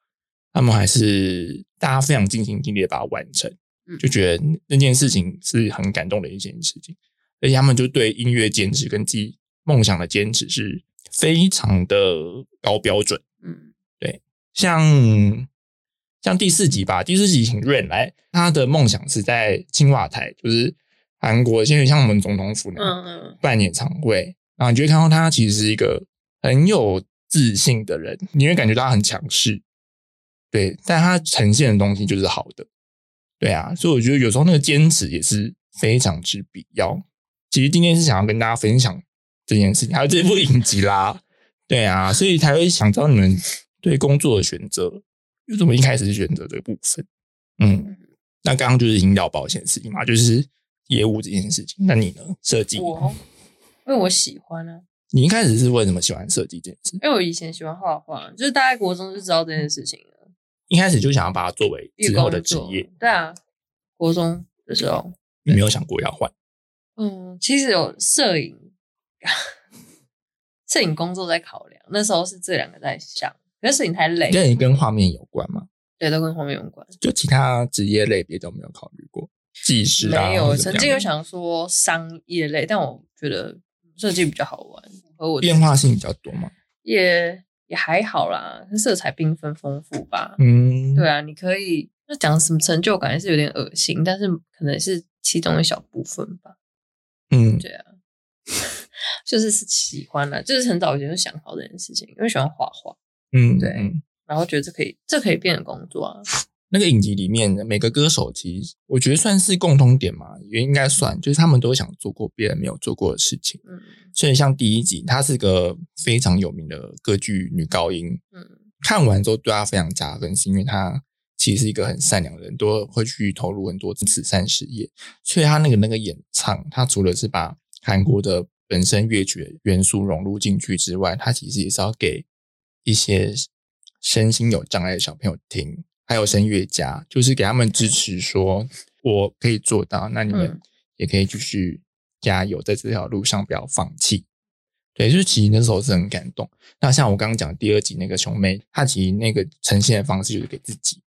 S2: 他们还是大家非常尽心尽力的把它完成
S1: 嗯，
S2: 就觉得那件事情是很感动的一件事情。而且他们就对音乐坚持跟自己梦想的坚持是非常的高标准。
S1: 嗯，
S2: 像像第四集吧，第四集请 Rain 来，他的梦想是在青瓦台，就是韩国，现在像我们总统府那样，
S4: 嗯嗯，
S2: 办演唱会，然后你就会看到他其实是一个很有自信的人，你会感觉到他很强势，对，但他呈现的东西就是好的，对啊，所以我觉得有时候那个坚持也是非常之必要。其实今天是想要跟大家分享这件事情，还有这部影集啦，对啊，所以才会想知道你们对工作的选择，为什么一开始是选择这个部分？嗯，那刚刚就是引导保险的事情嘛，就是业务这件事情，那你呢？设计
S4: 我因为我喜欢啊，
S2: 你一开始是为什么喜欢设计这件事？
S4: 因为我以前喜欢画画，就是大概国中就知道这件事情了。
S2: 一开始就想要把它作为
S4: 一
S2: 之
S4: 个
S2: 后的
S4: 工
S2: 职
S4: 作
S2: 业，，
S4: 对啊，国中的时候，
S2: 你没有想过要换？
S4: 嗯，其实有摄影， 摄影工作在考量，那时候是这两个在想，可是摄影太累，
S2: 那你跟画面有关吗？
S4: 对，都跟画面有关。
S2: 就其他职业类别都没有考虑过，技师啊，
S4: 没
S2: 或
S4: 有，
S2: 者怎
S4: 曾
S2: 么
S4: 经
S2: 样
S4: 有想说商业类，但我觉得设计比较好玩，和我的
S2: 变化性比较多嘛？
S4: 也也还好啦，色彩缤纷丰富吧。
S2: 嗯，
S4: 对啊，你可以那讲什么成就感是有点恶心，但是可能是其中一小部分吧。
S2: 嗯，
S4: 对啊，就是是喜欢啦，就是很早以前就想好这件事情，因为喜欢画画，
S2: 嗯，
S4: 对
S2: 嗯
S4: 然后觉得这可以这可以变成工作啊。
S2: 那个影集里面每个歌手其实我觉得算是共通点嘛，也应该算，就是他们都想做过别人没有做过的事情。
S4: 嗯
S2: 所以像第一集，她是个非常有名的歌剧女高音，
S4: 嗯
S2: 看完之后对他非常加分，是因为他其实是一个很善良的人，都会去投入很多慈善事业。所以他那个那个演唱，他除了是把韩国的本身乐曲的元素融入进去之外，他其实也是要给一些身心有障碍的小朋友听，还有声乐家，就是给他们支持说，我可以做到，那你们
S4: 嗯
S2: 也可以继续加油，在这条路上不要放弃。对，就是其实那时候是很感动。那像我刚刚讲的第二集那个熊妹，她其实那个呈现的方式就是给自己，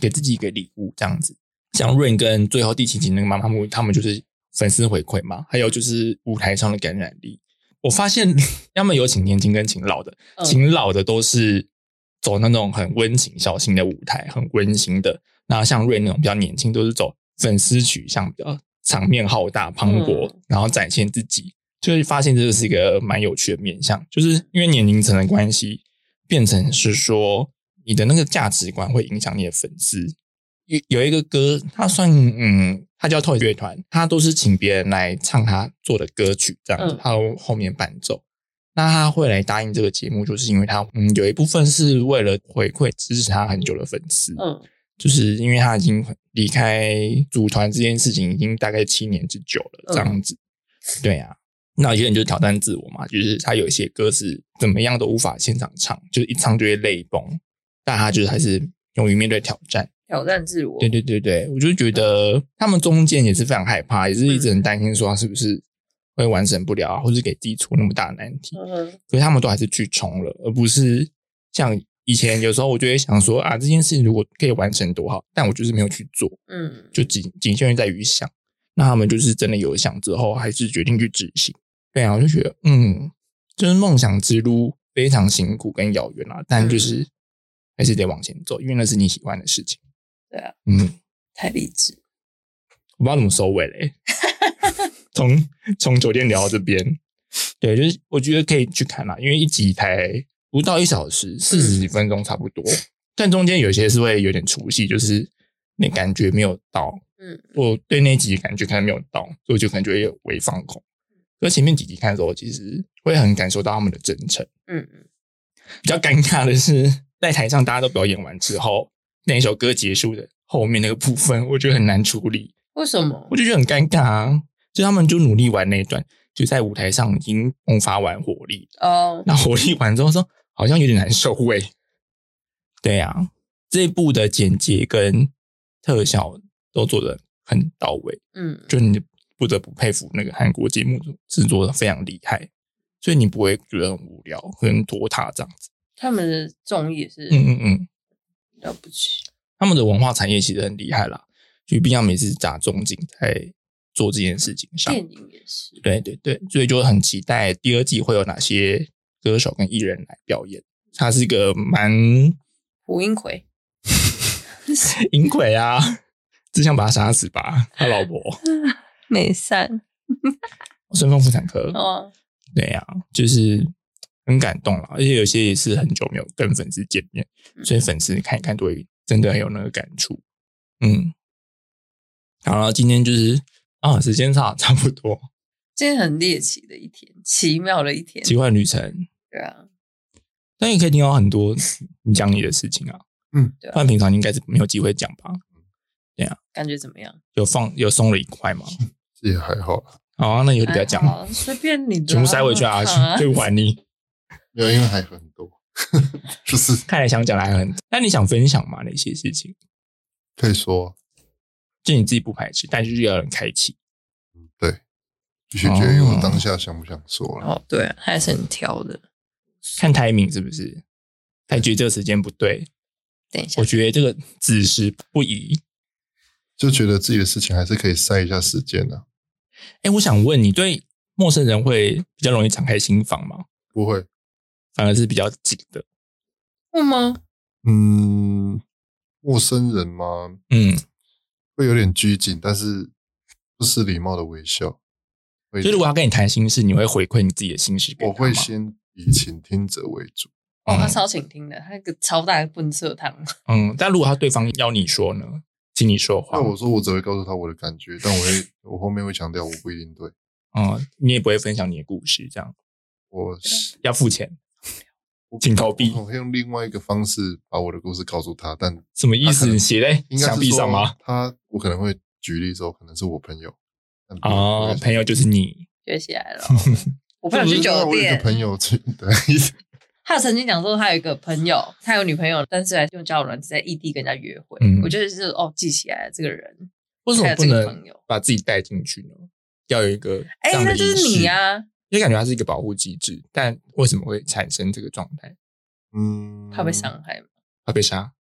S2: 给自己一个礼物这样子。像 Rain 跟最后第七集那个妈妈木，他们就是粉丝回馈嘛，还有就是舞台上的感染力。我发现 要么有请年轻跟请老的，
S4: 嗯
S2: 请老的都是走那种很温情小心的舞台，很温馨的。那像 Rain 那种比较年轻，都是走粉丝取向，比较场面浩大磅礴，
S4: 嗯
S2: 然后展现自己。就会发现这是一个蛮有趣的面向，就是因为年龄层的关系，变成是说你的那个价值观会影响你的粉丝。有有一个歌，他算嗯，他叫 Toy 乐团，他都是请别人来唱他做的歌曲，这样子
S4: 嗯，
S2: 他后面伴奏。那他会来答应这个节目，就是因为他嗯，有一部分是为了回馈支持他很久的粉丝，
S4: 嗯
S2: 就是因为他已经离开组团这件事情已经大概七年之久了，
S4: 嗯
S2: 这样子。对啊，那有些人就是挑战自我嘛，就是他有一些歌是怎么样都无法现场唱，就是一唱就会泪崩，但他就是还是勇于面对挑战。
S4: 挑战自我。
S2: 对对对对，我就觉得他们中间也是非常害怕，也是一直
S4: 嗯
S2: 很担心说他是不是会完成不了啊，或是给自己出那么大的难题。
S4: 嗯哼
S2: 可是他们都还是去冲了，而不是像以前有时候我就会想说啊，这件事情如果可以完成多好，但我就是没有去做，
S4: 嗯，
S2: 就仅仅限于在于想。那他们就是真的有想之后，还是决定去执行。对啊，我就觉得嗯，就是梦想之路非常辛苦跟遥远啊，但就是还是得往前走，因为那是你喜欢的事情。
S4: 对啊，
S2: 嗯，
S4: 太励志。
S2: 我不知道怎么收尾嘞，从从酒店聊到这边。对，就是我觉得可以去看啦，因为一集才不到一小时，四十几分钟差不多。但中间有些是会有点出戏，就是那感觉没有到。
S1: 嗯，
S2: 我对那集感觉可能没有到，所以我就可能就会有微放空。所以前面几集看的时候，其实会很感受到他们的真诚。
S1: 嗯嗯，
S2: 比较尴尬的是，在台上大家都表演完之后，那一首歌结束的后面那个部分，我觉得很难处理。
S1: 为什么
S2: 我？就觉得很尴尬啊。就他们就努力玩那一段，就在舞台上已经迸发完火力，
S1: 哦，
S2: 那火力完之后说好像有点难收尾。对啊，这一部的剪接跟特效都做的很到位，
S1: 嗯，
S2: 就你不得不佩服那个韩国节目组制作的非常厉害，所以你不会觉得很无聊、很拖沓这样子。
S1: 他们的综艺也是
S2: 嗯嗯嗯，
S1: 了不起，
S2: 他们的文化产业其实很厉害啦，就毕竟他们也是砸重金在做这件事情上。
S1: 电影也是。
S2: 对对对，所以就很期待第二季会有哪些歌手跟艺人来表演。他是一个蛮
S1: 胡英 奎，
S2: 淫鬼啊， 只想把他杀死吧，他老婆
S1: 美善，
S2: 身份妇产科。
S1: 哦，
S2: 对呀、就是很感动了，而且有些也是很久没有跟粉丝见面，所以粉丝看一看都会真的很有那个感触。嗯，好了，今天就是啊，时间差差不多，
S1: 今天很猎奇的一天，奇妙的一天，
S2: 奇幻旅程，
S1: 对啊，
S2: 但也可以听到很多你讲你的事情啊。
S3: 嗯
S1: 对啊
S2: 不然平常应该是没有机会讲吧？
S1: 感觉怎么样？
S2: 有放有松了一块吗？
S3: 这也还好啦，
S2: 好啊，那以后就不要
S1: 还
S2: 讲，
S1: 哎好，随便你啦，
S2: 全部塞回去啊， 就还你。
S3: 没有，因为还很多， 就是
S2: 看来想讲的还很，那你想分享吗？哪些事情？
S3: 可以说啊
S2: 就你自己不排斥，但就是要有人开启。
S3: 对，就是决于我当下想不想说了。
S1: 哦，对啊，还是很挑的。
S2: 看 timing 是不是？他觉得这个时间不对，
S1: 等一下
S2: 我，觉得这个子时不宜。
S3: 就觉得自己的事情还是可以塞一下时间啊的、
S2: 哎，我想问你，对陌生人会比较容易敞开心房吗？
S3: 不会，
S2: 反而是比较紧的。
S1: 会吗？
S3: 嗯，陌生人嘛，
S2: 嗯，
S3: 会有点拘谨，但是不失礼貌的微笑。会
S2: 就如果要跟你谈心事，你会回馈你自己的心事给他
S3: 我
S2: 吗？
S3: 会先以倾听者为主，
S1: 哦，他
S2: 嗯
S1: 超请听的，他一个超大的笨色汤，
S2: 嗯，但如果他对方要你说呢，请你说话
S3: 那，我说我只会告诉他我的感觉，但我会我后面会强调我不一定对，
S2: 嗯，你也不会分享你的故事，这样啊
S3: 我
S2: 要付钱，
S3: 我
S2: 请投币
S3: 我会用另外一个方式把我的故事告诉他，但
S2: 什么意
S3: 他可
S2: 思？
S3: 能
S2: 你写在
S3: 应该
S2: 墙
S3: 是
S2: 壁上
S3: 说
S2: 吗？
S3: 他我可能会举例说，可能是我朋友，但不
S2: 哦，朋友就是你，
S1: 学起来 了。我
S3: 我
S1: 朋友去酒
S3: 我有一
S1: 店
S3: 个，朋友去， 对，
S1: 他有曾经讲说，他有一个朋友，他有女朋友，但是还用交友软件在异地跟人家约会。
S2: 嗯
S1: 我觉得是哦，记起来了这个人。
S2: 为什
S1: 还有
S2: 么不
S1: 这个朋
S2: 能
S1: 友
S2: 把自己带进去呢？要有一个
S1: 哎、
S2: 这样的
S1: 那就是
S2: 仪式
S1: 你，啊！
S2: 因为感觉它是一个保护机制，但为什么会产生这个状态？
S3: 嗯，
S1: 怕被伤害吗？
S2: 他被杀，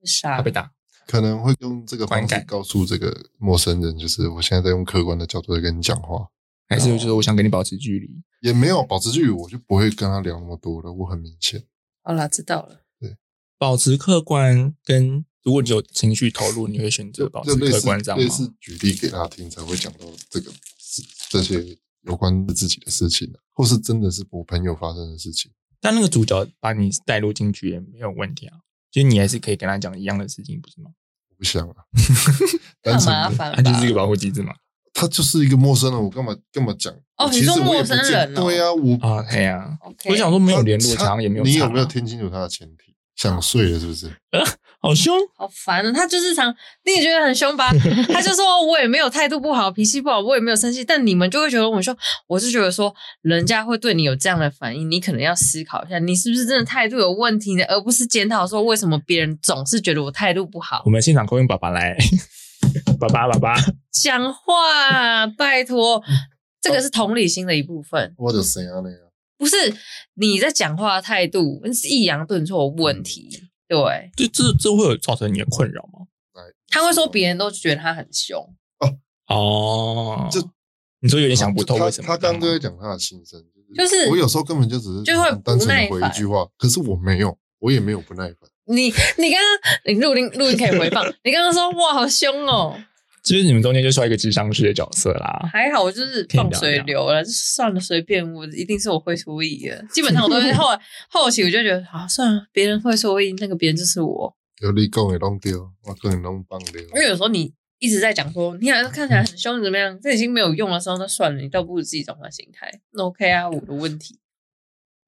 S1: 被杀
S2: 他被打，
S3: 可能会用这个方
S2: 观
S3: 式
S2: 感
S3: 告诉这个陌生人，就是我现在在用客观的角度在跟你讲话，
S2: 还
S3: 哦
S2: 是就是我想跟你保持距离？
S3: 也没有保持距离，我就不会跟他聊那么多了。我很明显，
S1: 好啦，知道了。
S2: 保持客观跟如果你有情绪投入，你会选择
S3: 就
S2: 保
S3: 就
S2: 持
S3: 类
S2: 客
S3: 似
S2: 观，这样
S3: 类
S2: 吗？
S3: 似举例给他听，才会讲到这个这些有关自己的事情，啊或是真的是我朋友发生的事情。
S2: 但那个主角把你带入进去也没有问题啊，就是你还是可以跟他讲一样的事情，不是吗？
S3: 我不想啊，单
S1: 很
S3: 纯
S1: 麻
S3: 的
S1: 烦
S2: 它
S1: 吧
S2: 就？是一个保护机制嘛。
S3: 他就是一个陌生人，我干嘛干嘛讲？
S1: 哦
S3: 我
S1: 你
S3: 其实
S1: 说
S3: 我也
S1: 陌
S3: 不
S1: 生
S3: 见
S1: 人哦
S3: 对啊，我
S2: 啊，对呀、
S1: OK，
S2: 我想说没有联络，
S3: 他
S2: 常常也没有、啊。
S3: 你有没有？听清楚他的前提？想睡了是不是？
S2: 好凶！
S1: 好烦啊！他就是常，你也觉得很凶吧？他就说我也没有态度不好，脾气不好，我也没有生气，但你们就会觉得我说，我是觉得说，人家会对你有这样的反应，你可能要思考一下，你是不是真的态度有问题呢？而不是检讨说为什么别人总是觉得我态度不好
S2: 我。们现场扣音爸爸来，爸爸爸爸，
S1: 讲话啊，拜托，这个是同理心的一部分，
S3: 我的谁啊那样？
S1: 不是你在讲话的态度是抑扬顿挫有问题。对，
S2: 这这这会有造成你的困扰吗？
S1: 他会说别人都觉得他很凶，
S2: 哦，
S3: 这
S2: 你说有点想不透
S3: 他
S2: 为什么？啊
S3: 他刚刚都在讲他的心声，
S1: 就是
S3: 我有时候根本就只是
S1: 就会
S3: 很单纯的
S1: 不
S3: 回
S1: 耐
S3: 一
S1: 烦
S3: 句话，可是我没有，我也没有不耐烦。
S1: 你你刚刚你录音录音可以回放，你刚刚说哇好凶哦，
S2: 就是你们中间就需要一个智商师的角色啦。
S1: 还好，我就是放水流了，就算了，随便，我一定是我会错意的。基本上我 都是后来后期我就觉得，啊，算了，别人会错意，那个别人就是我。
S3: 有你讲的弄丢，我讲的弄棒丢。
S1: 因为有时候你一直在讲说，你好像看起来很凶，怎么样？这已经没有用的时候，那算了，你倒不如自己转换心态。那 OK 啊，我的问题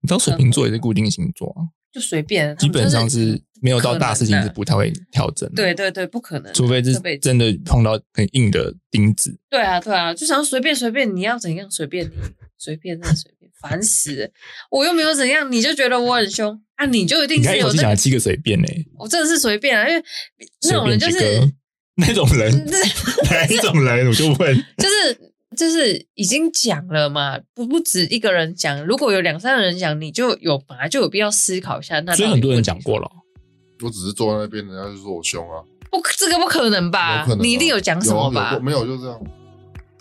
S2: 你知道水瓶座也是固定星座啊，
S1: 就随便。
S2: 基本上
S1: 他们就是
S2: 没有到大事情
S1: 可能
S2: 是
S1: 啊
S2: 不太会调整的。
S1: 对对对，不可能啊，
S2: 除非是
S1: 这辈子
S2: 真的碰到很硬的钉子，
S1: 对啊，对啊，就想随便随便，你要怎样随便你，随便那随便，烦死了！我又没有怎样，你就觉得我很凶啊？你就一
S2: 你
S1: 定
S2: 刚
S1: 是
S2: 一口
S1: 有
S2: 气
S1: 那
S2: 讲了
S1: 个，
S2: 七个随便呢、欸，
S1: 我真的是随便啊，因为那
S2: 随
S1: 种
S2: 便
S1: 人就
S2: 几
S1: 是嗯
S2: 个 那种人，哪一种人？我就问，
S1: 就是就是已经讲了嘛，不不止一个人讲，如果有两三个人讲，你就有本来就有必要思考一下。那
S2: 所以
S1: 到底
S2: 很多人
S1: 问
S2: 讲过了，
S3: 我只是坐在那边，人家就说我凶啊，
S1: 不，这个不可能吧？
S3: 有可能啊
S1: 你一
S2: 哦
S1: 定有讲什么
S3: 有啊
S1: 吧
S3: 有？没有就这样。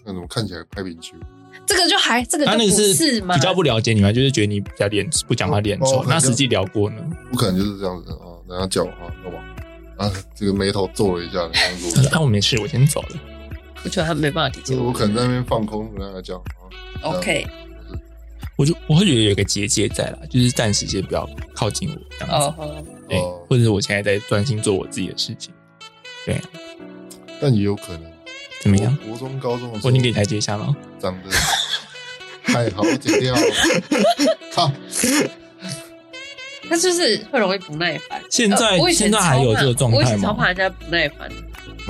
S3: 那怎么看起来拍平球？
S1: 这个就还这个就
S2: 他那个
S1: 不
S2: 是
S1: 嘛？
S2: 比较不了解你嘛，就是觉得你比较脸不讲话脸
S3: 哦
S2: 丑，
S3: 可能
S2: 那
S3: 就
S2: 实际聊过呢，
S3: 不可能就是这样子啊！人家叫我啊，干嘛？啊，这个眉头皱了一下，人家
S2: 他说
S3: 说
S2: 啊我没事，我先走了。
S1: 我觉得他没办法理解
S3: 就是
S1: 我。
S3: 我可能在那边放空，人家来叫啊。
S1: OK，
S2: 我就我会觉得有一个结界在啦，就是暂时先不要靠近我这样子，
S1: 哦，好
S2: 对
S3: 哦，
S2: 或者是我现在在专心做我自己的事情，
S3: 但也有可能，
S2: 怎么样？
S3: 我国中、高中的时
S2: 我
S3: 候
S2: 已经给你台阶下了，
S3: 长得太好，我剪掉了。靠，
S1: 他就是会容易不耐烦。
S2: 现在
S1: 呃我以前
S2: 现在还
S1: 超
S2: 有
S1: 怕
S2: 这个状态吗
S1: 我以前超怕人家不耐烦，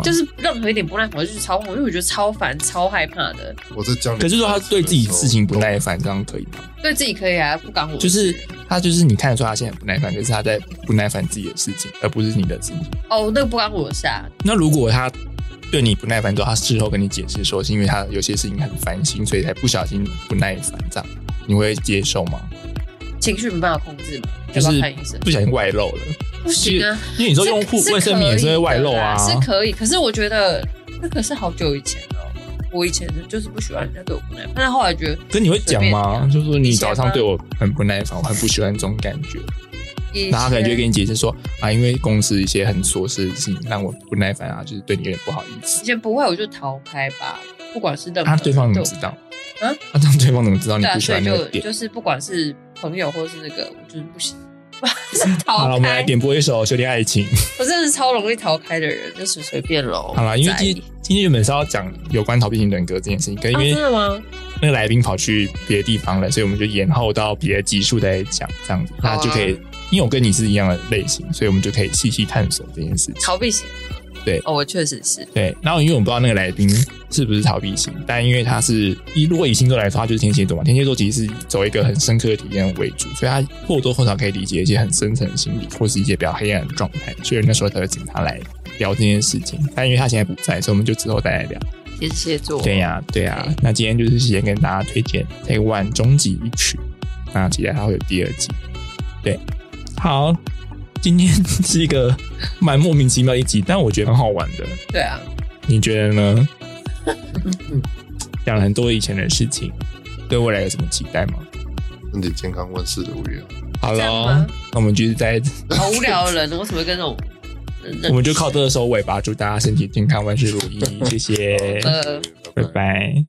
S1: 就是任何一点不耐烦，我就去超怕，因为我觉得超烦、超害怕的。
S3: 我在讲。
S2: 可是说他对自己事情不，耐烦，这样可以吗？
S1: 对自己可以啊，不管我
S2: 就是他就是你看得出他现在不耐烦，可是他在不耐烦自己的事情，而不是你的事情。
S1: 哦，那个不关我的事啊。
S2: 那如果他对你不耐烦之后，他事后跟你解释说是因为他有些事情很烦心，所以才不小心不耐烦这样，你会接受吗？
S1: 情绪没办法控制嘛，
S2: 就
S1: 要不
S2: 是
S1: 要看医生？
S2: 不小心外露了，
S1: 不行啊，
S2: 因为你说用护
S1: 是
S2: 卫生棉也是会外露啊。
S1: 是可以的啦是可以。可是我觉得那可是好久以前哦，我以前就是不喜欢人家对我不耐烦，啊但是后来觉得
S2: 啊可你会讲吗？就是说你
S1: 以前
S2: 早
S1: 吗
S2: 上对我很不耐烦，我很不喜欢这种感觉。
S1: 以前，啊
S2: 然后他可能就会跟你解释说啊，因为公司一些很琐事的事情让我不耐烦啊，就是对你有点不好意思
S1: 以。前不会，我就逃开吧，不管是任何
S2: 啊，对方怎
S1: 对
S2: 么
S1: 我
S2: 知道？
S1: 啊
S2: 啊，这样对方怎么知道你
S1: 对啊，
S2: 不喜
S1: 所
S2: 欢
S1: 以
S2: 那
S1: 就
S2: 个点？
S1: 就是不管是朋友或是那个，我就是不行， 逃开。
S2: 好了，我们来点播一首《修炼爱情》。
S1: 我真的是超容易逃开的人，就随随便喽。
S2: 好了，因为
S1: 在
S2: 今
S1: 意
S2: 今天原本是要讲有关逃避型人格这件事情，可是因
S1: 啊，真
S2: 为
S1: 的吗？
S2: 那个来宾跑去别的地方了，所以我们就延后到别的集数再讲，这样子，
S1: 好啊
S2: 那就可以。因为我跟你是一样的类型，所以我们就可以细细探索这件事情。
S1: 逃避型。
S2: 对
S1: 哦，我确实是。
S2: 对，然后因为我们不知道那个来宾是不是逃避型，但因为他是以如果以星座来说，他就是天蝎座嘛。天蝎座其实是走一个很深刻的体验为主，所以他或多或少可以理解一些很深层的心理，或是一些比较黑暗的状态。所以那时候才会请他来聊这件事情。但因为他现在不在，所以我们就之后再来聊。
S1: 天蝎座，
S2: 对呀、对呀、
S1: 对
S2: 那今天就是先跟大家推荐《Take One》终极一曲，那期待它会有第二季。对，好，今天是一个蛮莫名其妙的一集，但我觉得很好玩的。
S1: 对啊，
S2: 你觉得呢？讲了很多以前的事情，对未来有什么期待吗？
S3: 身体健康万事如意啊！
S2: 好
S1: 这样
S2: 喽
S1: 吗，
S2: 那我们就是在，
S1: 好无聊的人，我怎么会跟那种？
S2: 我 们就靠这个收尾吧。祝大家身体健康，万事如意，谢谢，
S1: 呃
S2: 拜拜。